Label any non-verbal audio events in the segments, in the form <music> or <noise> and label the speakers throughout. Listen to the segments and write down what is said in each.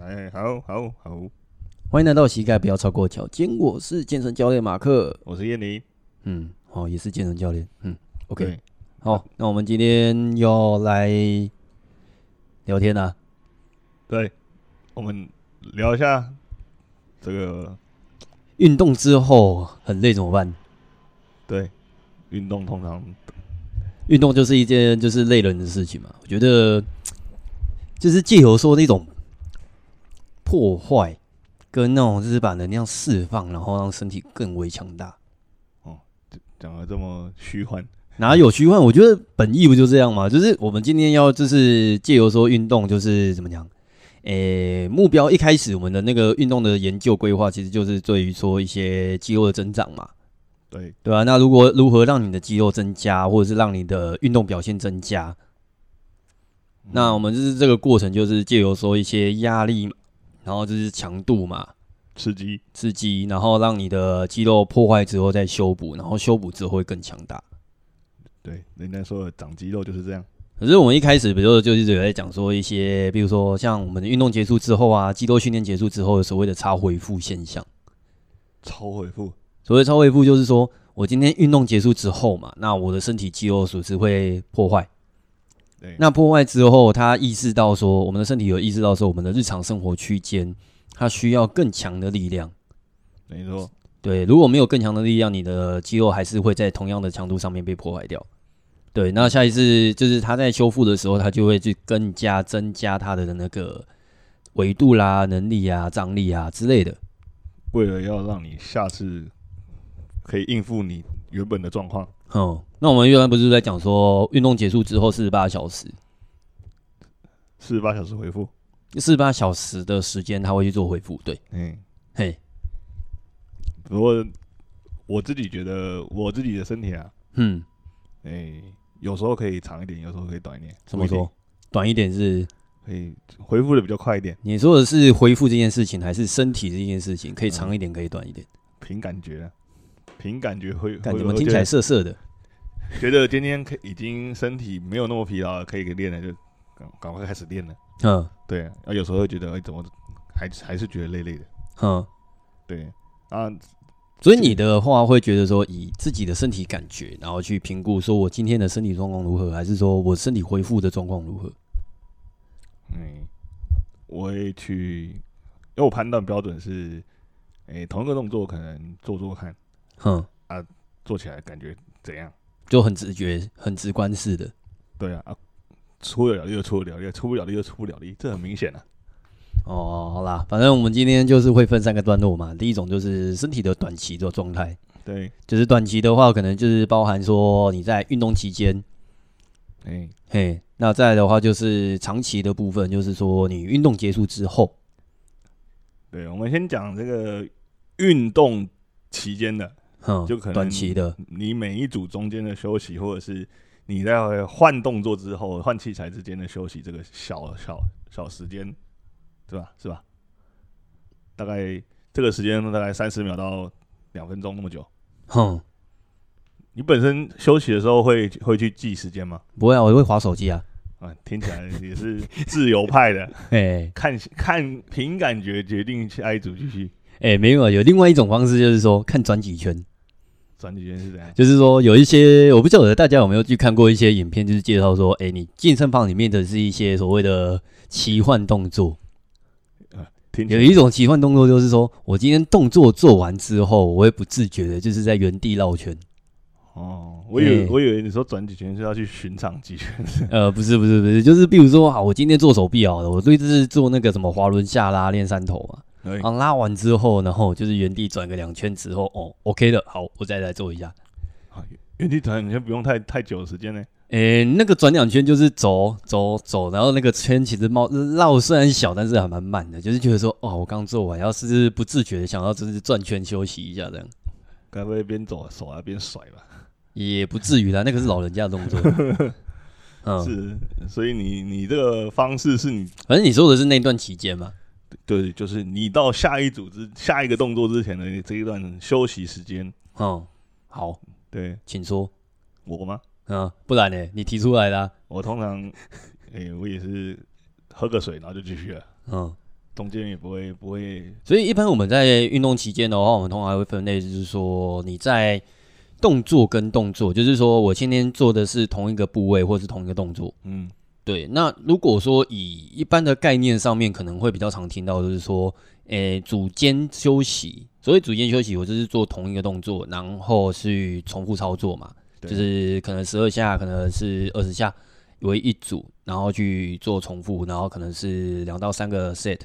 Speaker 1: 哎，好好好，
Speaker 2: 欢迎来到膝盖不要超过脚尖，我是健身教练马克。
Speaker 1: 我是燕妮。
Speaker 2: 嗯，好、也是健身教练。嗯，OK，
Speaker 1: 对
Speaker 2: 好、那我们今天要来聊天啊啦、
Speaker 1: 对，我们聊一下这个
Speaker 2: 运动之后很累怎么办？
Speaker 1: 对运动通常
Speaker 2: 运动就是一件就是累人的事情嘛。我觉得就是借由说那种破坏，跟那种就是把能量释放，然后让身体更为强大。
Speaker 1: 讲的这么虚幻，
Speaker 2: 哪有虚幻？我觉得本意不就这样吗？就是我们今天要就是借由说运动，就是怎么讲？诶、目标一开始我们的那个运动的研究规划，其实就是对于说一些肌肉的增长嘛，
Speaker 1: 对
Speaker 2: 对啊，那如果如何让你的肌肉增加，或者是让你的运动表现增加？那我们就是这个过程，就是借由说一些压力嘛，然后就是强度嘛，
Speaker 1: 吃鸡，
Speaker 2: 刺激，然后让你的肌肉破坏之后再修补，然后修补之后会更强大。
Speaker 1: 对，人家说的长肌肉就是这样，
Speaker 2: 可是我们一开始，比如说就是有在讲说一些，比如说像我们的运动结束之后啊，肌肉训练结束之后，所谓的超恢复现象。
Speaker 1: 超回复，
Speaker 2: 所谓超恢复，就是说我今天运动结束之后嘛，那我的身体肌肉组织会破坏。
Speaker 1: 对，
Speaker 2: 那破坏之后，他意识到说，我们的身体有意识到说，我们的日常生活区间，它需要更强的力量。
Speaker 1: 等于说
Speaker 2: 对，如果没有更强的力量，你的肌肉还是会在同样的强度上面被破坏掉。对，那下一次就是它在修复的时候，它就会去更加增加它的那个维度啦、能力啊、张力啊之类的。
Speaker 1: 为了要让你下次可以应付你原本的状况，
Speaker 2: 嗯，那我们原来不是在讲说，运动结束之后四十八小时，
Speaker 1: 四十八小时回复，
Speaker 2: 四十八小时的时间它会去做恢复。对，
Speaker 1: 嗯，
Speaker 2: 嘿，
Speaker 1: 不过我自己觉得我自己的身体啊，
Speaker 2: 嗯，
Speaker 1: 哎、有时候可以长一点，有时候可以短一点，
Speaker 2: 怎么
Speaker 1: 不一定
Speaker 2: 说？短一点是
Speaker 1: 可以恢复的比较快一点，
Speaker 2: 你说的是恢复这件事情，还是身体这件事情？可以长一点，可以短一点。
Speaker 1: 凭感觉啊，凭感觉会。
Speaker 2: 看
Speaker 1: 会
Speaker 2: 怎么
Speaker 1: 会
Speaker 2: 听起来涩涩的。
Speaker 1: 觉得觉得今天可以已经身体没有那么疲劳了，可以练了，就赶赶快开始练了。
Speaker 2: 嗯
Speaker 1: 对啊，啊有时候会觉得哎、怎么还还是觉得累累的。
Speaker 2: 嗯。
Speaker 1: 对啊，
Speaker 2: 所以你的话会觉得说，以自己的身体感觉，然后去评估，说我今天的身体状况如何，还是说我身体恢复的状况如何？
Speaker 1: 嗯，我会去，因为我判断标准是，哎、同一个动作可能做做看，
Speaker 2: 哼，
Speaker 1: 做起来感觉怎样？
Speaker 2: 就很直觉、很直观式的。
Speaker 1: 对啊，啊出得了力就出得了力，出不了力就出不了力，这很明显啊。
Speaker 2: 哦，好啦，反正我们今天就是会分三个段落嘛。第一种就是身体的短期的状态，
Speaker 1: 对，
Speaker 2: 就是短期的话，可能就是包含说你在运动期间，
Speaker 1: 哎、
Speaker 2: 嘿，那再来的话就是长期的部分，就是说你运动结束之后，
Speaker 1: 对，我们先讲这个运动期间的，
Speaker 2: 哼，
Speaker 1: 就可能
Speaker 2: 短期的，
Speaker 1: 你每一组中间的休息，或者是你在换动作之后、换器材之间的休息，这个小小小时间，对吧？是吧？大概这个时间大概三十秒到两分钟那么久。
Speaker 2: 哼，
Speaker 1: 你本身休息的时候会会去记时间吗？
Speaker 2: 不会啊，我会划手机啊，
Speaker 1: 啊，听起来也是自由派的，
Speaker 2: 嘿。
Speaker 1: 看看凭感觉决定下一组继续
Speaker 2: 哎、没有啊，有另外一种方式，就是说看转几圈，
Speaker 1: 转几圈是怎样？
Speaker 2: 就是说有一些我不晓得大家有没有去看过一些影片，就是介绍说，哎、你健身房里面的是一些所谓的奇幻动作，
Speaker 1: 听起
Speaker 2: 有
Speaker 1: 来
Speaker 2: 一种奇幻动作就是说我今天动作做完之后，我会不自觉的就是在原地绕圈，
Speaker 1: 哦，我以为、
Speaker 2: 哎
Speaker 1: 我以为你说转几圈是要去寻常几圈，
Speaker 2: 呃，不是不是不是，就是比如说啊好，我今天做手臂好了，我对这是做那个什么滑轮下拉练三头嘛，
Speaker 1: 对
Speaker 2: 啊，拉完之后，然后就是原地转个两圈之后，哦，OK 了，好，我再来做一下。
Speaker 1: 原地转你先不用太太久的时间呢。
Speaker 2: 诶、那个转两圈就是走走走，然后那个圈其实冒绕虽然小，但是还蛮慢的，就是觉得说，哦，我刚做完，要是不自觉的想要就是转圈休息一下这样，
Speaker 1: 该不会边走手还边甩吧？
Speaker 2: 也不至于啦，那个是老人家的动作。嗯，
Speaker 1: 是，所以你你这个方式是你
Speaker 2: 反正你说的是那段期间嘛，
Speaker 1: 对，就是你到下一组之下一个动作之前的这一段休息时间。
Speaker 2: 嗯，好，
Speaker 1: 对
Speaker 2: 请说，
Speaker 1: 我吗？
Speaker 2: 嗯，不然呢，你提出来啦，
Speaker 1: 我通常，哎、我也是喝个水然后就继续了，
Speaker 2: 嗯，
Speaker 1: 中间也不会不会
Speaker 2: 所以一般我们在运动期间的话，我们通常会分类，就是说你在动作跟动作，就是说我今天做的是同一个部位或是同一个动作。
Speaker 1: 嗯
Speaker 2: 对，那如果说以一般的概念上面，可能会比较常听到，就是说，诶、组间休息。所谓组间休息，我就是做同一个动作，然后去重复操作嘛，
Speaker 1: 对
Speaker 2: 就是可能十二下，可能是二十下为一组，然后去做重复，然后可能是两到三个 set，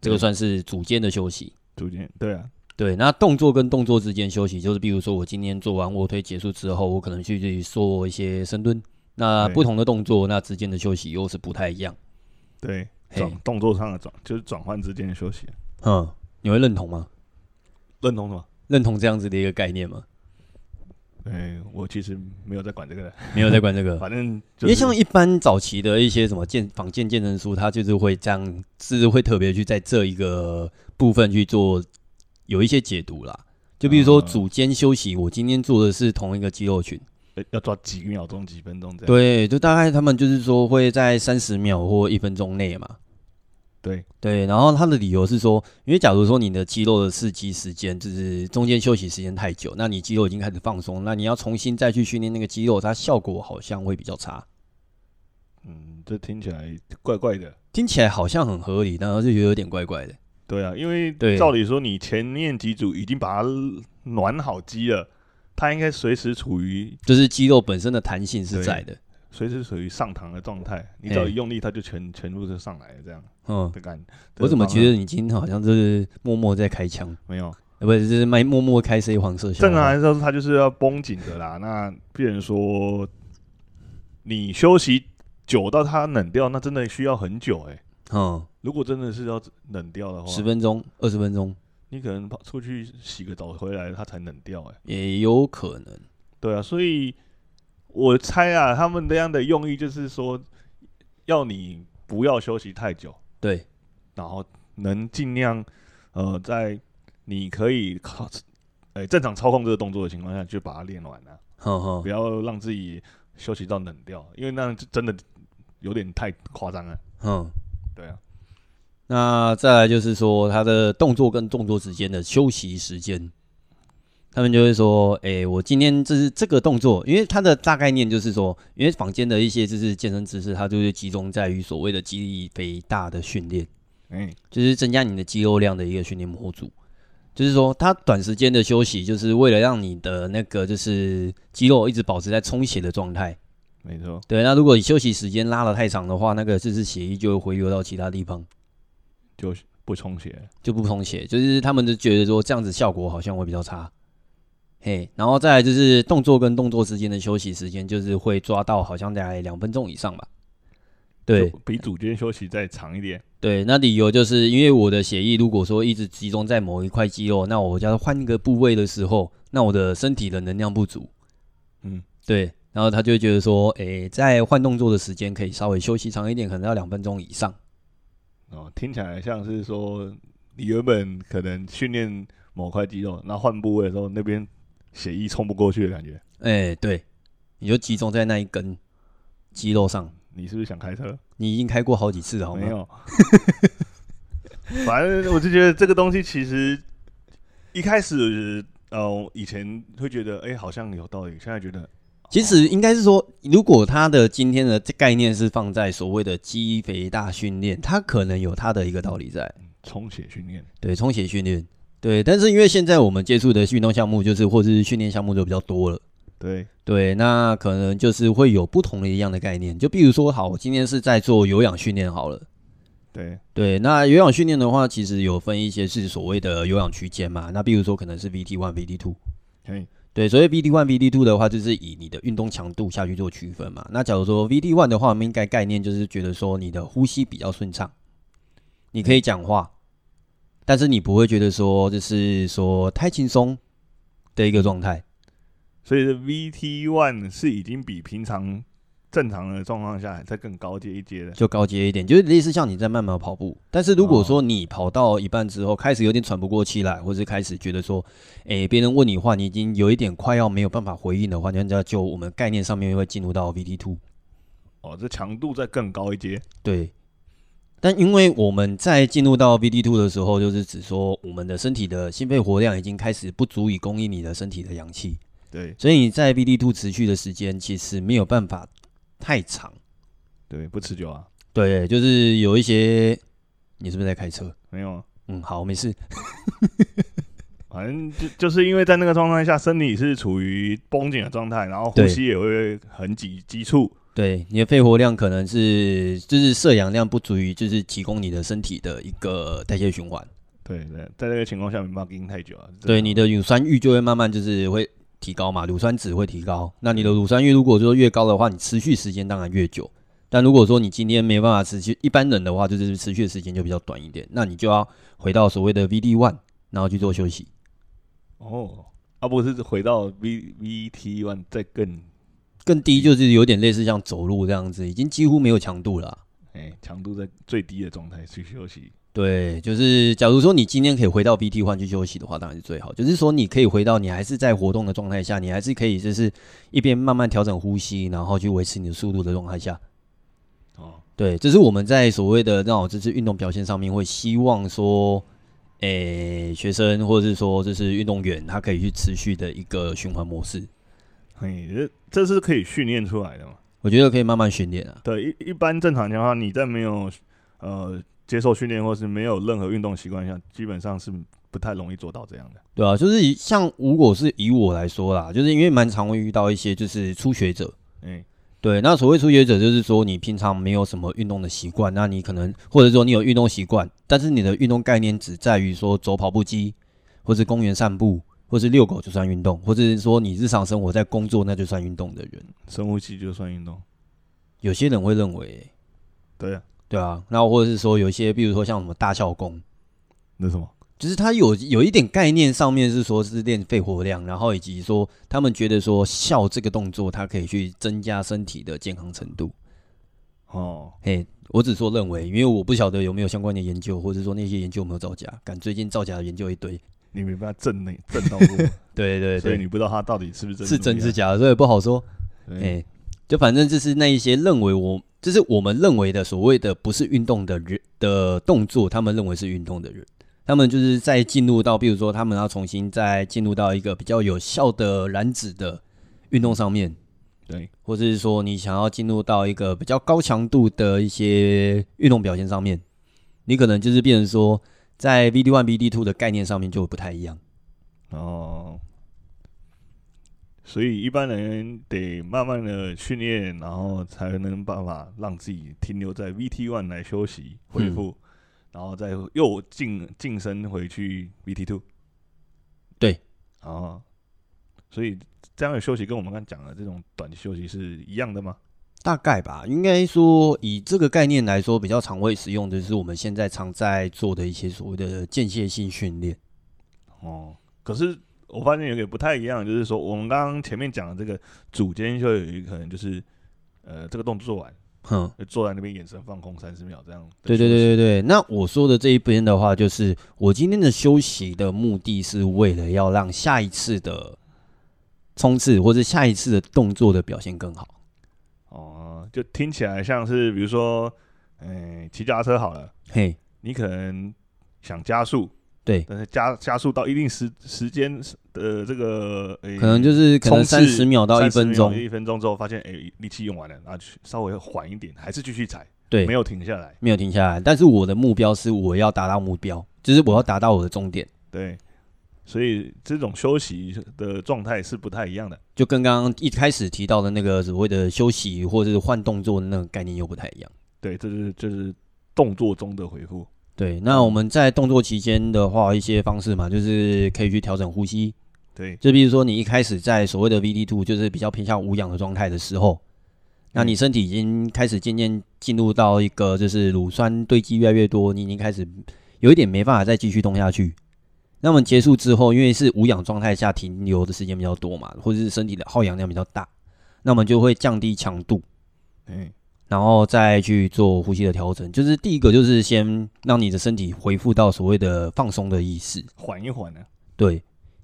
Speaker 2: 这个
Speaker 1: 对
Speaker 2: 算是组间的休息。
Speaker 1: 中间对啊，
Speaker 2: 对，那动作跟动作之间休息，就是比如说我今天做完卧推结束之后，我可能去做一些深蹲。那
Speaker 1: 对
Speaker 2: 不同的动作，那之间的休息又是不太一样。
Speaker 1: 对
Speaker 2: 嘿
Speaker 1: 转动作上的转就是转换之间的休息，啊
Speaker 2: 嗯，你会认同吗？
Speaker 1: 认同吗？
Speaker 2: 认同这样子的一个概念吗？
Speaker 1: 对我其实没有在管这个
Speaker 2: <laughs>
Speaker 1: 的，
Speaker 2: 没有在管这个，
Speaker 1: <laughs> 反正就
Speaker 2: 因为
Speaker 1: 是
Speaker 2: 像一般早期的一些什么健仿健健身书，它就是会这样，是会特别去在这一个部分去做有一些解读啦。就比如说
Speaker 1: 嗯
Speaker 2: 组间休息，我今天做的是同一个肌肉群。
Speaker 1: 呃要抓几秒钟、几分钟这样。
Speaker 2: 对，就大概他们就是说会在三十秒或一分钟内嘛。
Speaker 1: 对
Speaker 2: 对，然后他的理由是说，因为假如说你的肌肉的刺激时间就是中间休息时间太久，那你肌肉已经开始放松，那你要重新再去训练那个肌肉，它效果好像会比较差。
Speaker 1: 嗯，这听起来怪怪的。
Speaker 2: 听起来好像很合理，但是觉得有点怪怪的。
Speaker 1: 对啊，因为
Speaker 2: 对
Speaker 1: 照理说你前面几组已经把它暖好机了，它应该随时处于
Speaker 2: 就是肌肉本身的弹性是
Speaker 1: 对
Speaker 2: 在的，
Speaker 1: 随时处于上膛的状态，你
Speaker 2: 哎
Speaker 1: 只要一用力，它就全全部就上来了这样
Speaker 2: 嗯。
Speaker 1: 的感。
Speaker 2: 我怎么觉
Speaker 1: 得
Speaker 2: 得你今天好像就是默默在开枪，
Speaker 1: 没有？
Speaker 2: 呃，不是，就是卖默默开 C 黄色笑话。
Speaker 1: 正啊常来说，它就是要绷紧的啦。那别人说你休息久到它冷掉，那真的需要很久哎、
Speaker 2: 嗯，
Speaker 1: 如果真的是要冷掉的话，
Speaker 2: 十分钟、二十分钟
Speaker 1: 你可能跑出去洗个澡回来，它才冷掉哎、
Speaker 2: 也有可能。
Speaker 1: 对啊，所以我猜啊，他们那样的用意就是说，要你不要休息太久，
Speaker 2: 对，
Speaker 1: 然后能尽量呃，在你可以靠哎、正常操控这个动作的情况下，去把它练完啊，
Speaker 2: 哼哼
Speaker 1: 不，要让自己休息到冷掉，因为那样就真的有点太夸张了。
Speaker 2: 嗯，
Speaker 1: 对啊，
Speaker 2: 那再来就是说，他的动作跟动作之间的休息时间，他们就会说，诶、我今天这是这个动作，因为它的大概念就是说，因为坊间的一些就是健身知识，它就是集中在于所谓的肌力肥大的训练，
Speaker 1: 哎、
Speaker 2: 就是增加你的肌肉量的一个训练模组。就是说，它短时间的休息，就是为了让你的那个就是肌肉一直保持在充血的状态。
Speaker 1: 没错，
Speaker 2: 对，那如果你休息时间拉的太长的话，那个就是血液就会回流到其他地方。
Speaker 1: 就不充血。
Speaker 2: 就不充血，就是他们就觉得说这样子效果好像会比较差。嘿，然后再来就是动作跟动作之间的休息时间，就是会抓到好像大概两分钟以上吧。对
Speaker 1: 就比组间休息再长一点。
Speaker 2: 对，那理由就是因为我的血液如果说一直集中在某一块肌肉，那我要换一个部位的时候，那我的身体的能量不足。
Speaker 1: 嗯，
Speaker 2: 对，然后他就会觉得说，诶，在换动作的时间可以稍微休息长一点，可能要两分钟以上。
Speaker 1: 哦，听起来像是说你原本可能训练某块肌肉，那换部位的时候那边血液冲不过去的感觉。
Speaker 2: 哎，对，你就集中在那一根肌肉上。
Speaker 1: 你是不是想开车？
Speaker 2: 你已经开过好几次了，好吗？
Speaker 1: 没有。 <laughs> 反正我就觉得这个东西其实一开始呃以前会觉得哎、好像有道理，现在觉得
Speaker 2: 其实应该是说，如果他的今天的这概念是放在所谓的肌肥大训练，它可能有它的一个道理在，
Speaker 1: 嗯充血训练
Speaker 2: 对充血训练，对。但是因为现在我们接触的运动项目就是或是训练项目就比较多了，
Speaker 1: 对
Speaker 2: 对，那可能就是会有不同的一样的概念。就比如说，好，我今天是在做有氧训练好了。
Speaker 1: 对
Speaker 2: 对，那有氧训练的话，其实有分一些是所谓的有氧区间嘛，那比如说可能是 VT one、VT two，
Speaker 1: 可以
Speaker 2: 对，所以 VT one、VT two 的话，就是以你的运动强度下去做区分嘛。那假如说 VT one 的话，我们应该概念就是觉得说你的呼吸比较顺畅，你可以讲话，但是你不会觉得说就是说太轻松的一个状态。
Speaker 1: 所以这 VT one 是已经比平常正常的状况下再更高阶一阶的。
Speaker 2: 就高阶一点，就是类似像你在慢慢跑步。但是如果说你跑到一半之后，开始有点喘不过气来，或是开始觉得说，诶、别人问你话，你已经有一点快要没有办法回应的话，那就我们概念上面会进入到 VT two。
Speaker 1: 哦，这强度再更高一阶。
Speaker 2: 对，但因为我们在进入到 VD two 的时候，就是指说我们的身体的心肺活量已经开始不足以供应你的身体的氧气，
Speaker 1: 对
Speaker 2: 所以你在 VD two 持续的时间其实没有办法太长。
Speaker 1: 对，不持久啊，
Speaker 2: 对，就是有一些，你是不是在开车？
Speaker 1: 没有啊，
Speaker 2: 嗯，好，没事。
Speaker 1: 反正就就是因为在那个状态下，身体是处于绷紧的状态，然后呼
Speaker 2: 对
Speaker 1: 吸也会很急急促，
Speaker 2: 对，你的肺活量可能是就是摄氧量不足以，就是提供你的身体的一个代谢循环。
Speaker 1: 对对，在这个情况下没办法盯太久啊，这
Speaker 2: 对，你的乳酸阈就会慢慢就是会提高嘛，乳酸值会提高。那你的乳酸阈如果说越高的话，你持续时间当然越久。但如果说你今天没办法持续，一般人的话就是持续的时间就比较短一点，那你就要回到所谓的 VD one，然后去做休息。
Speaker 1: 哦，啊不是回到 V V T one 再更
Speaker 2: 更低就是有点类似像走路这样子，已经几乎没有强度了啊、
Speaker 1: 哎强、度在最低的状态去休息，
Speaker 2: 对，就是假如说你今天可以回到 BT 换去休息的话，当然是最好。就是说你可以回到你还是在活动的状态下，你还是可以就是一边慢慢调整呼吸，然后去维持你的速度的状态下。
Speaker 1: 哦，
Speaker 2: 对，这是我们在所谓的那种就是运动表现上面会希望说，诶、学生或者是说就是运动员他可以去持续的一个循环模式，
Speaker 1: 嘿，这这是可以训练出来的嘛？
Speaker 2: 我觉得可以慢慢训练啊。
Speaker 1: 对，一一般正常情况下，你在没有呃接受训练或是没有任何运动习惯下，基本上是不太容易做到这样的。
Speaker 2: 对啊，就是以像如果是以我来说啦，就是因为蛮常会遇到一些就是初学者，
Speaker 1: 哎、
Speaker 2: 对，那所谓初学者就是说，你平常没有什么运动的习惯，那你可能或者说你有运动习惯，但是你的运动概念只在于说走跑步机，或是公园散步，或是遛狗就算运动，或者是说你日常生活在工作那就算运动的人，
Speaker 1: 深呼吸就算运动。
Speaker 2: 有些人会认为，
Speaker 1: 对啊，
Speaker 2: 对啊，那或者是说有一些，比如说像什么大校工，
Speaker 1: 那什么？
Speaker 2: 就是他有有一点概念上面是说是练肺活量，然后以及说他们觉得说笑这个动作，它可以去增加身体的健康程度。
Speaker 1: 哦，
Speaker 2: 嘿，我只说认为，因为我不晓得有没有相关的研究，或者说那些研究有没有造假。敢最近造假的研究一堆，
Speaker 1: 你没办法震那震到过，
Speaker 2: <laughs> 对对
Speaker 1: 所以你
Speaker 2: 对，
Speaker 1: 不知道它到底是不是真
Speaker 2: 是真是
Speaker 1: 假。
Speaker 2: 假的，所以不好说。
Speaker 1: 对
Speaker 2: 哎，就反正就是那一些认为我，就是我们认为的所谓的不是运动的人的动作，他们认为是运动的人，他们就是在进入到，比如说他们要重新再进入到一个比较有效的燃脂的运动上面，
Speaker 1: 对，
Speaker 2: 或者是说你想要进入到一个比较高强度的一些运动表现上面，你可能就是变成说在 VD one、VD two 的概念上面就不太一样。
Speaker 1: 哦，所以一般人得慢慢的训练，然后才能办法让自己停留在 VT one 来休息恢复，
Speaker 2: 嗯
Speaker 1: 然后再又晋晋升回去 VT two。
Speaker 2: 对，
Speaker 1: 哦，所以这样的休息跟我们刚才讲的这种短期休息是一样的吗？
Speaker 2: 大概吧，应该说以这个概念来说，比较常会使用的就是我们现在常在做的一些所谓的间歇性训练。
Speaker 1: 哦，可是我发现有点不太一样，就是说我们刚刚前面讲的这个组间休息，可能就是呃这个动作做完。
Speaker 2: 哼，
Speaker 1: 就坐在那边眼神放空三十秒这样。
Speaker 2: 对对，对对对。那我说的这一边的话，就是我今天的休息的目的是为了要让下一次的冲刺或者下一次的动作的表现更好。
Speaker 1: 哦，就听起来像是比如说，嗯、骑脚踏车好了，
Speaker 2: 嘿，
Speaker 1: 你可能想加速，
Speaker 2: 对，
Speaker 1: 但是加加速到一定时时间的这个，诶
Speaker 2: 可能就是可能
Speaker 1: 冲
Speaker 2: 嗯三
Speaker 1: 刺
Speaker 2: 十秒到一分
Speaker 1: 30秒
Speaker 2: 钟，
Speaker 1: 一分钟之后发现，哎、力气用完了，然后去稍微缓一点，还是继续踩，
Speaker 2: 对
Speaker 1: 没，有停下来。
Speaker 2: 没有停下来。但是我的目标是我要达到目标，就是我要达到我的终点，
Speaker 1: 对，所以这种休息的状态是不太一样的。
Speaker 2: 就跟刚刚一开始提到的那个所谓的休息或者是换动作的那个概念又不太一样。
Speaker 1: 对，这就是就是动作中的回复。
Speaker 2: 对，那我们在动作期间的话，一些方式嘛，就是可以去调整呼吸。
Speaker 1: 对，
Speaker 2: 就比如说你一开始在所谓的 VD two，就是比较偏向无氧的状态的时候，那你身体已经开始渐渐进入到一个就是乳酸堆积越来越多，你已经开始有一点没办法再继续动下去。那么结束之后，因为是无氧状态下停留的时间比较多嘛，或者是身体的耗氧量比较大，那么就会降低强度，
Speaker 1: 嗯，
Speaker 2: 然后再去做呼吸的调整。就是第一个就是先让你的身体恢复到所谓的放松的意识。
Speaker 1: 缓一缓呢、啊
Speaker 2: 对，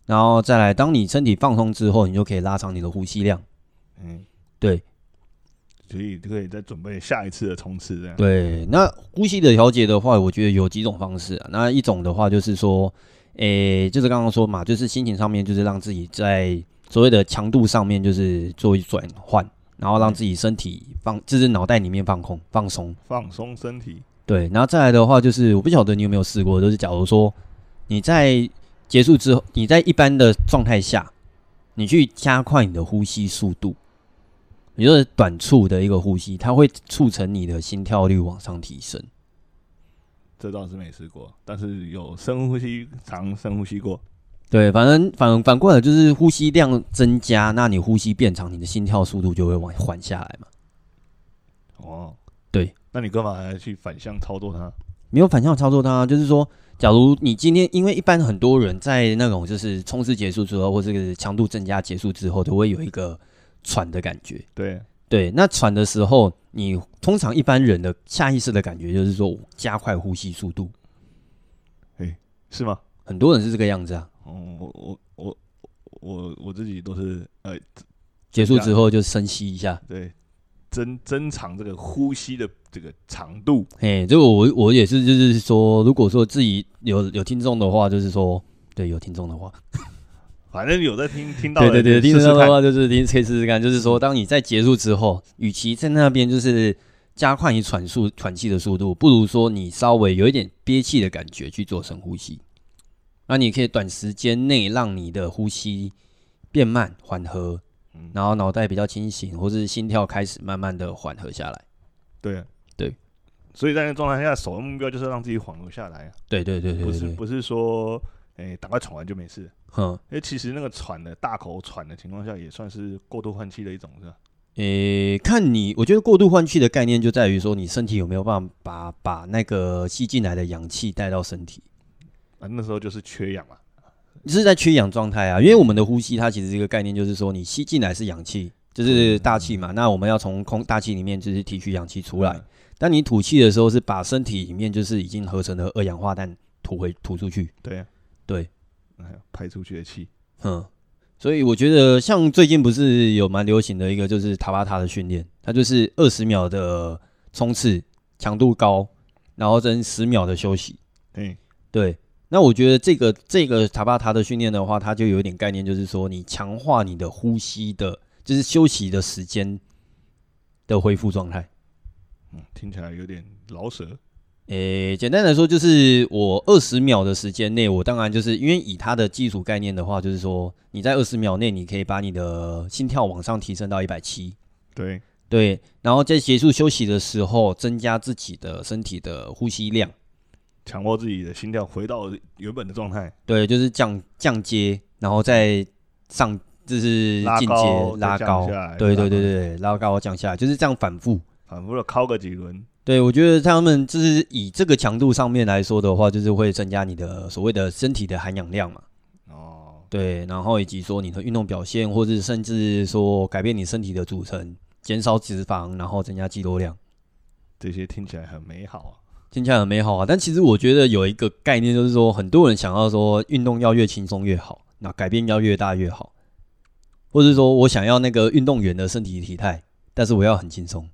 Speaker 2: 然后再来，当你身体放松之后，你就可以拉长你的呼吸量。
Speaker 1: 嗯，
Speaker 2: 对，
Speaker 1: 哎所以就可以再准备下一次的冲刺这样。
Speaker 2: 对，那呼吸的调节的话，我觉得有几种方式啊。那一种的话就是说，诶、就是刚刚说嘛，就是心情上面，就是让自己在所谓的强度上面，就是做一转换，然后让自己身体放，就是脑袋里面放空、放松。
Speaker 1: 放松身体，
Speaker 2: 对，然后再来的话就是，我不晓得你有没有试过，就是假如说你在结束之后，你在一般的状态下，你去加快你的呼吸速度，也就是短促的一个呼吸，它会促成你的心跳率往上提升。
Speaker 1: 这倒是没试过，但是有深呼吸，常深呼吸过。
Speaker 2: 对，反正反反过来就是呼吸量增加，那你呼吸变长，你的心跳速度就会往缓下来嘛。
Speaker 1: 哦，
Speaker 2: 对，
Speaker 1: 那你干嘛还去反向操作它？
Speaker 2: 没有反向操作它，就是说，假如你今天，因为一般很多人在那种就是冲刺结束之后，或是强度增加结束之后，都会有一个喘的感觉。
Speaker 1: 对，
Speaker 2: 对，那喘的时候，你通常一般人的下意识的感觉就是说我加快呼吸速度，
Speaker 1: 是吗？
Speaker 2: 很多人是这个样子啊。
Speaker 1: 哦，我我我我我自己都是呃，
Speaker 2: 结束之后就深吸一下，
Speaker 1: 对，增增长这个呼吸的这个长度。
Speaker 2: 嘿，这个我我也是，就是说，如果说自己有有听众的话，就是说，对，有听众的话，
Speaker 1: 反正有在
Speaker 2: <laughs>
Speaker 1: 听听到
Speaker 2: 对
Speaker 1: 的，就
Speaker 2: 对对，听
Speaker 1: 试试
Speaker 2: 众的
Speaker 1: 看。
Speaker 2: 话就是你可以试试看，就是说，当你在结束之后，与其在那边就是加快你喘速喘气的速度，不如说你稍微有一点憋气的感觉去做深呼吸，那你可以短时间内让你的呼吸变慢缓和，
Speaker 1: 嗯
Speaker 2: 然后脑袋比较清醒，或是心跳开始慢慢的缓和下来。
Speaker 1: 对
Speaker 2: 对，
Speaker 1: 所以在那个状态下，首要目标就是让自己缓和下来啊，
Speaker 2: 对对对对
Speaker 1: 不
Speaker 2: 对
Speaker 1: 是
Speaker 2: 对，
Speaker 1: 不是说，哎，赶快喘完就没事。
Speaker 2: 嗯。
Speaker 1: 因为其实那个喘的大口喘的情况下，也算是过度换气的一种，是吧？
Speaker 2: 诶、看你，我觉得过度换气的概念就在于说，你身体有没有办法把把那个吸进来的氧气带到身体，
Speaker 1: 啊，那时候就是缺氧嘛。
Speaker 2: 你是在缺氧状态啊。因为我们的呼吸，它其实一个概念就是说，你吸进来是氧气，就是大气嘛，那我们要从空大气里面就是提取氧气出来
Speaker 1: 嗯。
Speaker 2: 当你吐气的时候，是把身体里面就是已经合成的二氧化碳吐回吐出去。
Speaker 1: 对啊
Speaker 2: 对，
Speaker 1: 哎，排出去的气。
Speaker 2: 嗯，所以我觉得像最近不是有蛮流行的一个就是塔巴塔的训练，它就是二十秒的冲刺，强度高，然后跟十秒的休息。
Speaker 1: 哎，
Speaker 2: 对，那我觉得这个这个塔巴塔的训练的话，它就有一点概念，就是说你强化你的呼吸的，就是休息的时间的恢复状态。
Speaker 1: 嗯，听起来有点饶舌。
Speaker 2: 诶，简单来说，就是我二十秒的时间内，我当然就是因为以它的基础概念的话，就是说你在二十秒内，你可以把你的心跳往上提升到一百七，
Speaker 1: 对，
Speaker 2: 对，然后在结束休息的时候，增加自己的身体的呼吸量，
Speaker 1: 强迫自己的心跳回到原本的状态，
Speaker 2: 对，就是降降阶，然后再上就是
Speaker 1: 拉
Speaker 2: 进
Speaker 1: 高
Speaker 2: 阶
Speaker 1: 再
Speaker 2: 拉
Speaker 1: 降
Speaker 2: 高
Speaker 1: 下，来再
Speaker 2: 对对
Speaker 1: 拉
Speaker 2: 对对，拉高降下来，就是这样反复。
Speaker 1: 反复的敲个几轮。
Speaker 2: 对，我觉得他们就是以这个强度上面来说的话，就是会增加你的所谓的身体的含氧量嘛。
Speaker 1: 哦，
Speaker 2: 对，然后以及说你的运动表现，或者甚至说改变你身体的组成，减少脂肪，然后增加肌肉量，
Speaker 1: 这些听起来很美好啊。
Speaker 2: 听起来很美好啊。但其实我觉得有一个概念，就是说很多人想要说运动要越轻松越好，那改变要越大越好，或者说我想要那个运动员的身体体态，但是我要很轻松，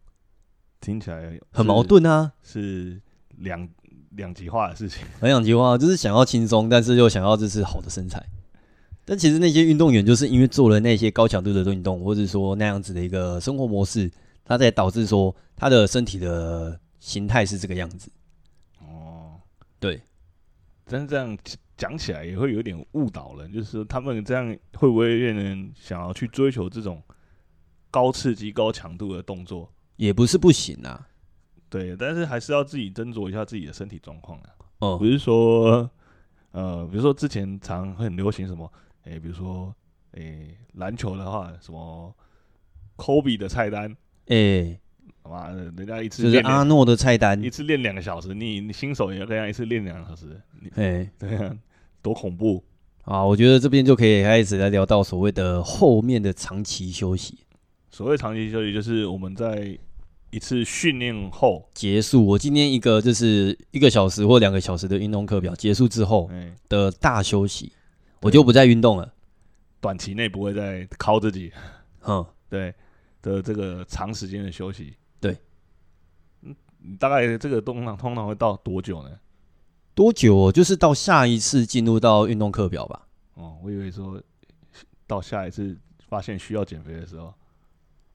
Speaker 1: 听起来
Speaker 2: 很矛，盾啊，
Speaker 1: 是两两极化的事
Speaker 2: <laughs>
Speaker 1: 情。
Speaker 2: 很两极化，就是想要轻松，但是又想要就是好的身材。但其实那些运动员就是因为做了那些高强度的运动，或者说那样子的一个生活模式，他才导致说他的身体的形态是这个样子。
Speaker 1: 哦，
Speaker 2: 对，
Speaker 1: 但是这样讲起来也会有点误导人，就是说他们这样会不会令人想要去追求这种高刺激、高强度的动作？
Speaker 2: 也不是不行啊。
Speaker 1: 对，但是还是要自己斟酌一下自己的身体状况啊。
Speaker 2: 哦
Speaker 1: 不，是说，呃，比如说之前常会很流行什么，诶、比如说，诶、篮球的话，什么科比的菜单，
Speaker 2: 诶、
Speaker 1: 妈的，人家一次
Speaker 2: 就是啊
Speaker 1: 练
Speaker 2: 阿
Speaker 1: 两、
Speaker 2: 诺的菜单
Speaker 1: 一。次练两个小时，你你新手也要跟人家一次练两个小时，你
Speaker 2: 诶、
Speaker 1: 对啊，多恐怖！
Speaker 2: 啊，我觉得这边就可以开始来聊到所谓的后面的长期休息
Speaker 1: 所谓长期休息，就是我们在一次训练后，
Speaker 2: 结束。我今天一个就是一个小时或两个小时的运动课表结束之后，
Speaker 1: 诶、
Speaker 2: 的大休息，我就不再运动了。
Speaker 1: 短期内不会再靠自己，
Speaker 2: 哼，
Speaker 1: 对，这的这个长时间的休息，
Speaker 2: 对，
Speaker 1: 嗯，大概这个通常通常会到多久呢？
Speaker 2: 多久哦、就是到下一次进入到运动课表吧。
Speaker 1: 哦，我以为说到下一次发现需要减肥的时候，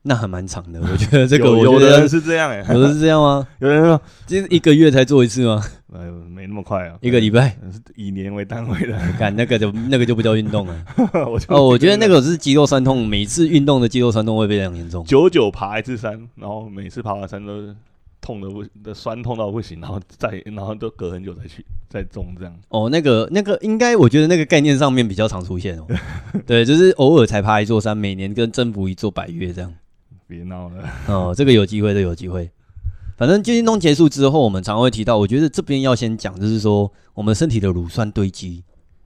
Speaker 2: 那还
Speaker 1: <laughs>
Speaker 2: 蛮长的，我觉得这个
Speaker 1: 有
Speaker 2: 我
Speaker 1: 有
Speaker 2: 觉
Speaker 1: 的人
Speaker 2: 得
Speaker 1: 是这样哎、
Speaker 2: 有的是这样吗？
Speaker 1: <laughs> 有人说
Speaker 2: 就是一个月才做一次吗？
Speaker 1: 呃没那么快啊，
Speaker 2: 一个礼拜？
Speaker 1: 可能是以年为单位的， <laughs>
Speaker 2: 干那个就那个就不叫运动了。
Speaker 1: 我就
Speaker 2: 哦，我觉得那个是肌肉酸痛，每次运动的肌肉酸痛会非常严重。
Speaker 1: 久久爬一次山，然后每次爬完山都是痛的不都酸痛到不行，然后再然后都隔很久才去再种这样。
Speaker 2: 哦，那个那个应该，我觉得那个概念上面比较常出现哦。对，就是偶尔才爬一座山，每年跟征服一座百岳这样。
Speaker 1: 别闹了，
Speaker 2: 哦，这个有机会，这个有机会。反正就运动结束之后，我们常会提到，我觉得这边要先讲，就是说我们身体的乳酸堆积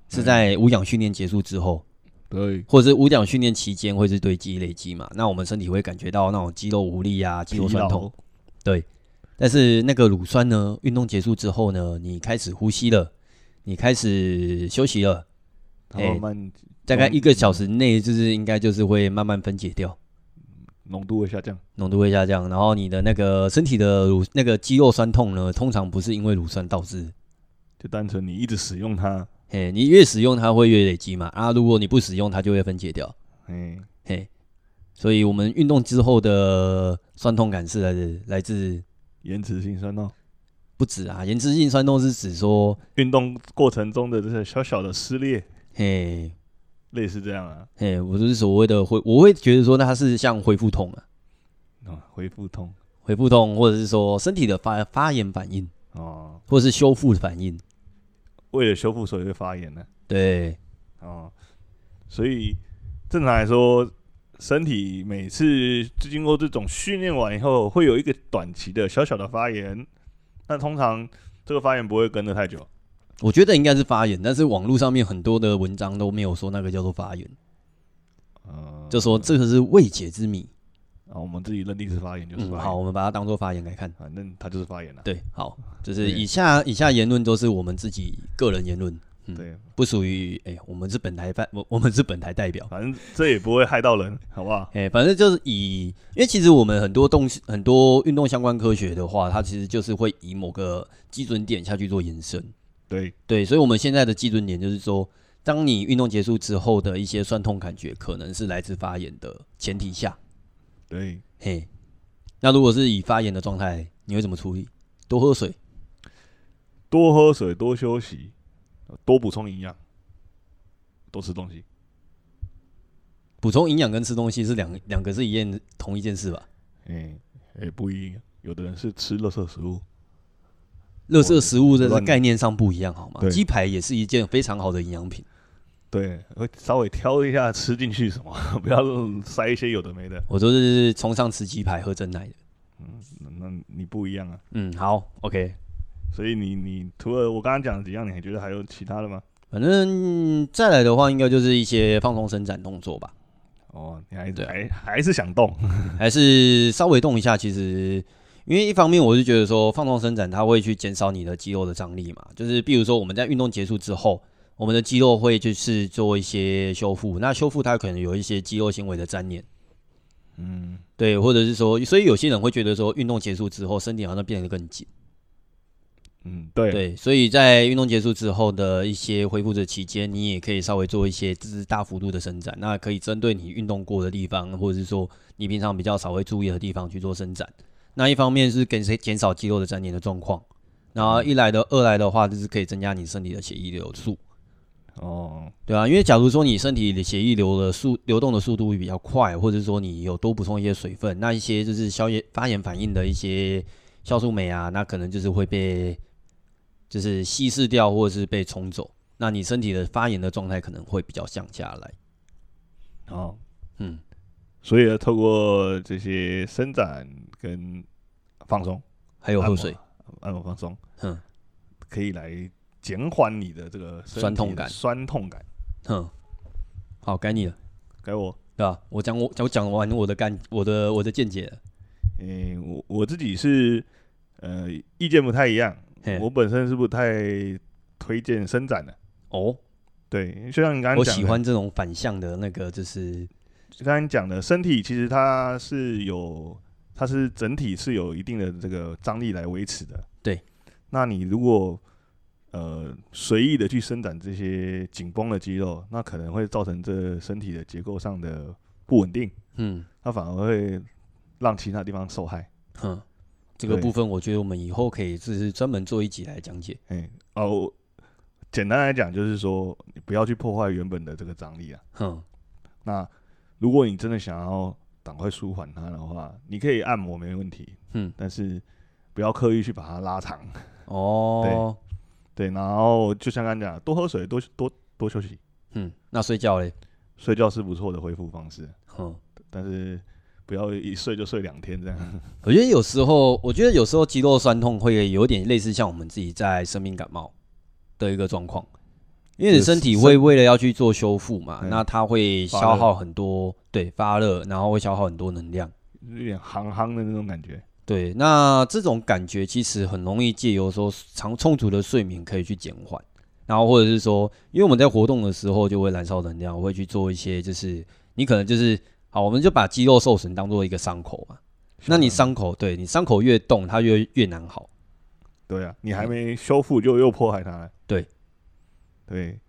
Speaker 2: 是在无氧训练结束之后，
Speaker 1: 对，
Speaker 2: 或者是无氧训练期间会是堆积累积嘛，那我们身体会感觉到那种肌肉无力啊、肌肉酸痛。但是那个乳酸呢，运动结束之后呢，你开始呼吸了，你开始休息了，
Speaker 1: 疲劳，然后
Speaker 2: 哎
Speaker 1: 慢
Speaker 2: 大概一个小时内就是应该就是会慢慢分解掉，
Speaker 1: 浓度会下降。
Speaker 2: 浓度会下降，然后你的那个身体的乳那个肌肉酸痛呢，通常不是因为乳酸导致。
Speaker 1: 就单纯你一直使用它，
Speaker 2: 嘿，你越使用它会越累积嘛，啊，如果你不使用它就会分解掉，
Speaker 1: 哎，
Speaker 2: 嘿，所以我们运动之后的酸痛感是来自来自
Speaker 1: 延迟性酸痛。
Speaker 2: 不止啊，延迟性酸痛是指说，
Speaker 1: 运动过程中的这些小小的撕裂，
Speaker 2: 嘿，
Speaker 1: 类似这样啊，
Speaker 2: 嘿，我就是所谓的恢，我会觉得说那它是像恢复痛啊，
Speaker 1: 啊，恢复痛
Speaker 2: 恢复痛，或者是说身体的发发炎反应，
Speaker 1: 哦，
Speaker 2: 或是修复反应，
Speaker 1: 为了修复所以会发炎啊呢、
Speaker 2: 对，
Speaker 1: 哦，所以正常来说，身体每次经过这种训练完以后，会有一个短期的小小的发炎，但通常这个发炎不会跟着太久，
Speaker 2: 我觉得应该是发炎，但是网络上面很多的文章都没有说那个叫做发炎，
Speaker 1: 嗯，
Speaker 2: 就说这个是未解之谜。
Speaker 1: 啊，我们自己认定是发炎就是
Speaker 2: 嗯，
Speaker 1: 发炎，
Speaker 2: 好，我们把它当做发炎来看。
Speaker 1: 反正它就是发炎啊了、
Speaker 2: 对，好，就是
Speaker 1: 对
Speaker 2: 以下以下言论都是我们自己个人言论，嗯
Speaker 1: 对，
Speaker 2: 不属于哎、我们是本台代，我我们是本台代表。
Speaker 1: 反正这也不会害到人，好不好？
Speaker 2: 哎、反正就是以，因为其实我们很多动很多运动相关科学的话，它其实就是会以某个基准点下去做延伸。
Speaker 1: 对，
Speaker 2: 对，所以我们现在的基准点就是说，当你运动结束之后的一些酸痛感觉，可能是来自发炎的前提下，
Speaker 1: 对，
Speaker 2: 嘿，那如果是以发炎的状态，你会怎么处理？多喝水，
Speaker 1: 多喝水，多休息，多补充营养，多吃东西。
Speaker 2: 补充营养跟吃东西是两两个是一件同一件事吧？
Speaker 1: 哎、哎、不一定，有的人是吃垃圾食物，
Speaker 2: 垃圾食物的
Speaker 1: 乱
Speaker 2: 概念上不一样，好吗？
Speaker 1: 对
Speaker 2: 鸡排也是一件非常好的营养品。
Speaker 1: 对，会稍微挑一下吃进去什么， <laughs> 不要塞一些有的没的。
Speaker 2: 我都是崇尚吃鸡排喝真奶的。
Speaker 1: 那那你不一样啊，
Speaker 2: 嗯，好，OK。
Speaker 1: 所以你你除了我刚刚讲的几样，你还觉得还有其他的吗？
Speaker 2: 反正再来的话，应该就是一些放松伸展动作吧，
Speaker 1: 哦，你还
Speaker 2: 对啊
Speaker 1: 还还是想动，
Speaker 2: 还是稍微动一下。其实，因为一方面我是觉得说放松伸展，它会去减少你的肌肉的张力嘛。就是比如说我们在运动结束之后，我们的肌肉会就是做一些修复，那修复它可能有一些肌肉纤维的粘连。
Speaker 1: 嗯，
Speaker 2: 对，或者是说，所以有些人会觉得说，运动结束之后，身体好像变得更紧。
Speaker 1: 嗯，对，
Speaker 2: 对，所以在运动结束之后的一些恢复的期间，你也可以稍微做一些就是大幅度的伸展。那可以针对你运动过的地方，或者是说你平常比较少会注意的地方去做伸展。那一方面是给谁减少肌肉的粘连的状况，然后一来的二来的话，就是可以增加你身体的血液流速，
Speaker 1: 哦，
Speaker 2: 对啊，因为假如说你身体的血液流的速流动的速度比较快，或者说你有多补充一些水分，那一些就是消炎发炎反应的一些酵素酶啊，那可能就是会被就是稀释掉或者是被冲走，那你身体的发炎的状态可能会比较降下来。
Speaker 1: 哦，
Speaker 2: 嗯，
Speaker 1: 所以呢，透过这些伸展跟放松，
Speaker 2: 还有
Speaker 1: 按
Speaker 2: 喝
Speaker 1: 摩
Speaker 2: 水，，嗯
Speaker 1: 按摩放松，
Speaker 2: 哼
Speaker 1: 可以来减缓你的这个身体的
Speaker 2: 酸痛感
Speaker 1: 酸痛感。
Speaker 2: 哼，好，该你了，
Speaker 1: 该我，
Speaker 2: 对吧、我讲我我讲完我的干我的我的见解了，
Speaker 1: 诶、我我自己是呃意见不太一样
Speaker 2: 嘿，
Speaker 1: 我本身是不太推荐伸展的。
Speaker 2: 哦，
Speaker 1: 对，就像你刚刚
Speaker 2: 我
Speaker 1: 讲的，
Speaker 2: 喜欢这种反向的那个就是
Speaker 1: 刚才讲的，身体其实它是有，它是整体是有一定的这个张力来维持的。
Speaker 2: 对，
Speaker 1: 那你如果呃随意的去伸展这些紧绷的肌肉，那可能会造成这身体的结构上的不稳定，
Speaker 2: 嗯
Speaker 1: 它反而会让其他地方受害。
Speaker 2: 哼，这个
Speaker 1: 对
Speaker 2: 部分我觉得我们以后可以就是专门做一集来讲解。
Speaker 1: 哎、哦，我简单来讲就是说，你不要去破坏原本的这个张力啊。
Speaker 2: 哼，
Speaker 1: 那如果你真的想要赶快舒缓它的话，你可以按摩没问题，
Speaker 2: 嗯，
Speaker 1: 但是不要刻意去把它拉长。 <laughs>
Speaker 2: 哦，
Speaker 1: 对，然后就像刚刚讲的，多喝水，多多多休息，
Speaker 2: 嗯，那睡觉嘞，
Speaker 1: 睡觉是不错的恢复方式，
Speaker 2: 哼。
Speaker 1: 但是不要一睡就睡两天这样。 <laughs>
Speaker 2: 我觉得有时候，我觉得有时候肌肉酸痛会有点类似像我们自己在生病感冒的一个状况，因为你
Speaker 1: 就是
Speaker 2: 身体会为了要去做修复嘛，
Speaker 1: 嗯
Speaker 2: 那它会消耗很多，对，发热，然后会消耗很多能量。
Speaker 1: 有点憨憨的那种感觉，
Speaker 2: 对，那这种感觉其实很容易借由说长充足的睡眠可以去减缓，然后或者是说，因为我们在活动的时候就会燃烧能量，会去做一些就是你可能就是好，我们就把肌肉受损当做一个伤口嘛。那
Speaker 1: 啊
Speaker 2: 你伤口，对你伤口越动，它越越难好。
Speaker 1: 对啊，你还没修复就又破坏它了。
Speaker 2: 嗯对，
Speaker 1: 对，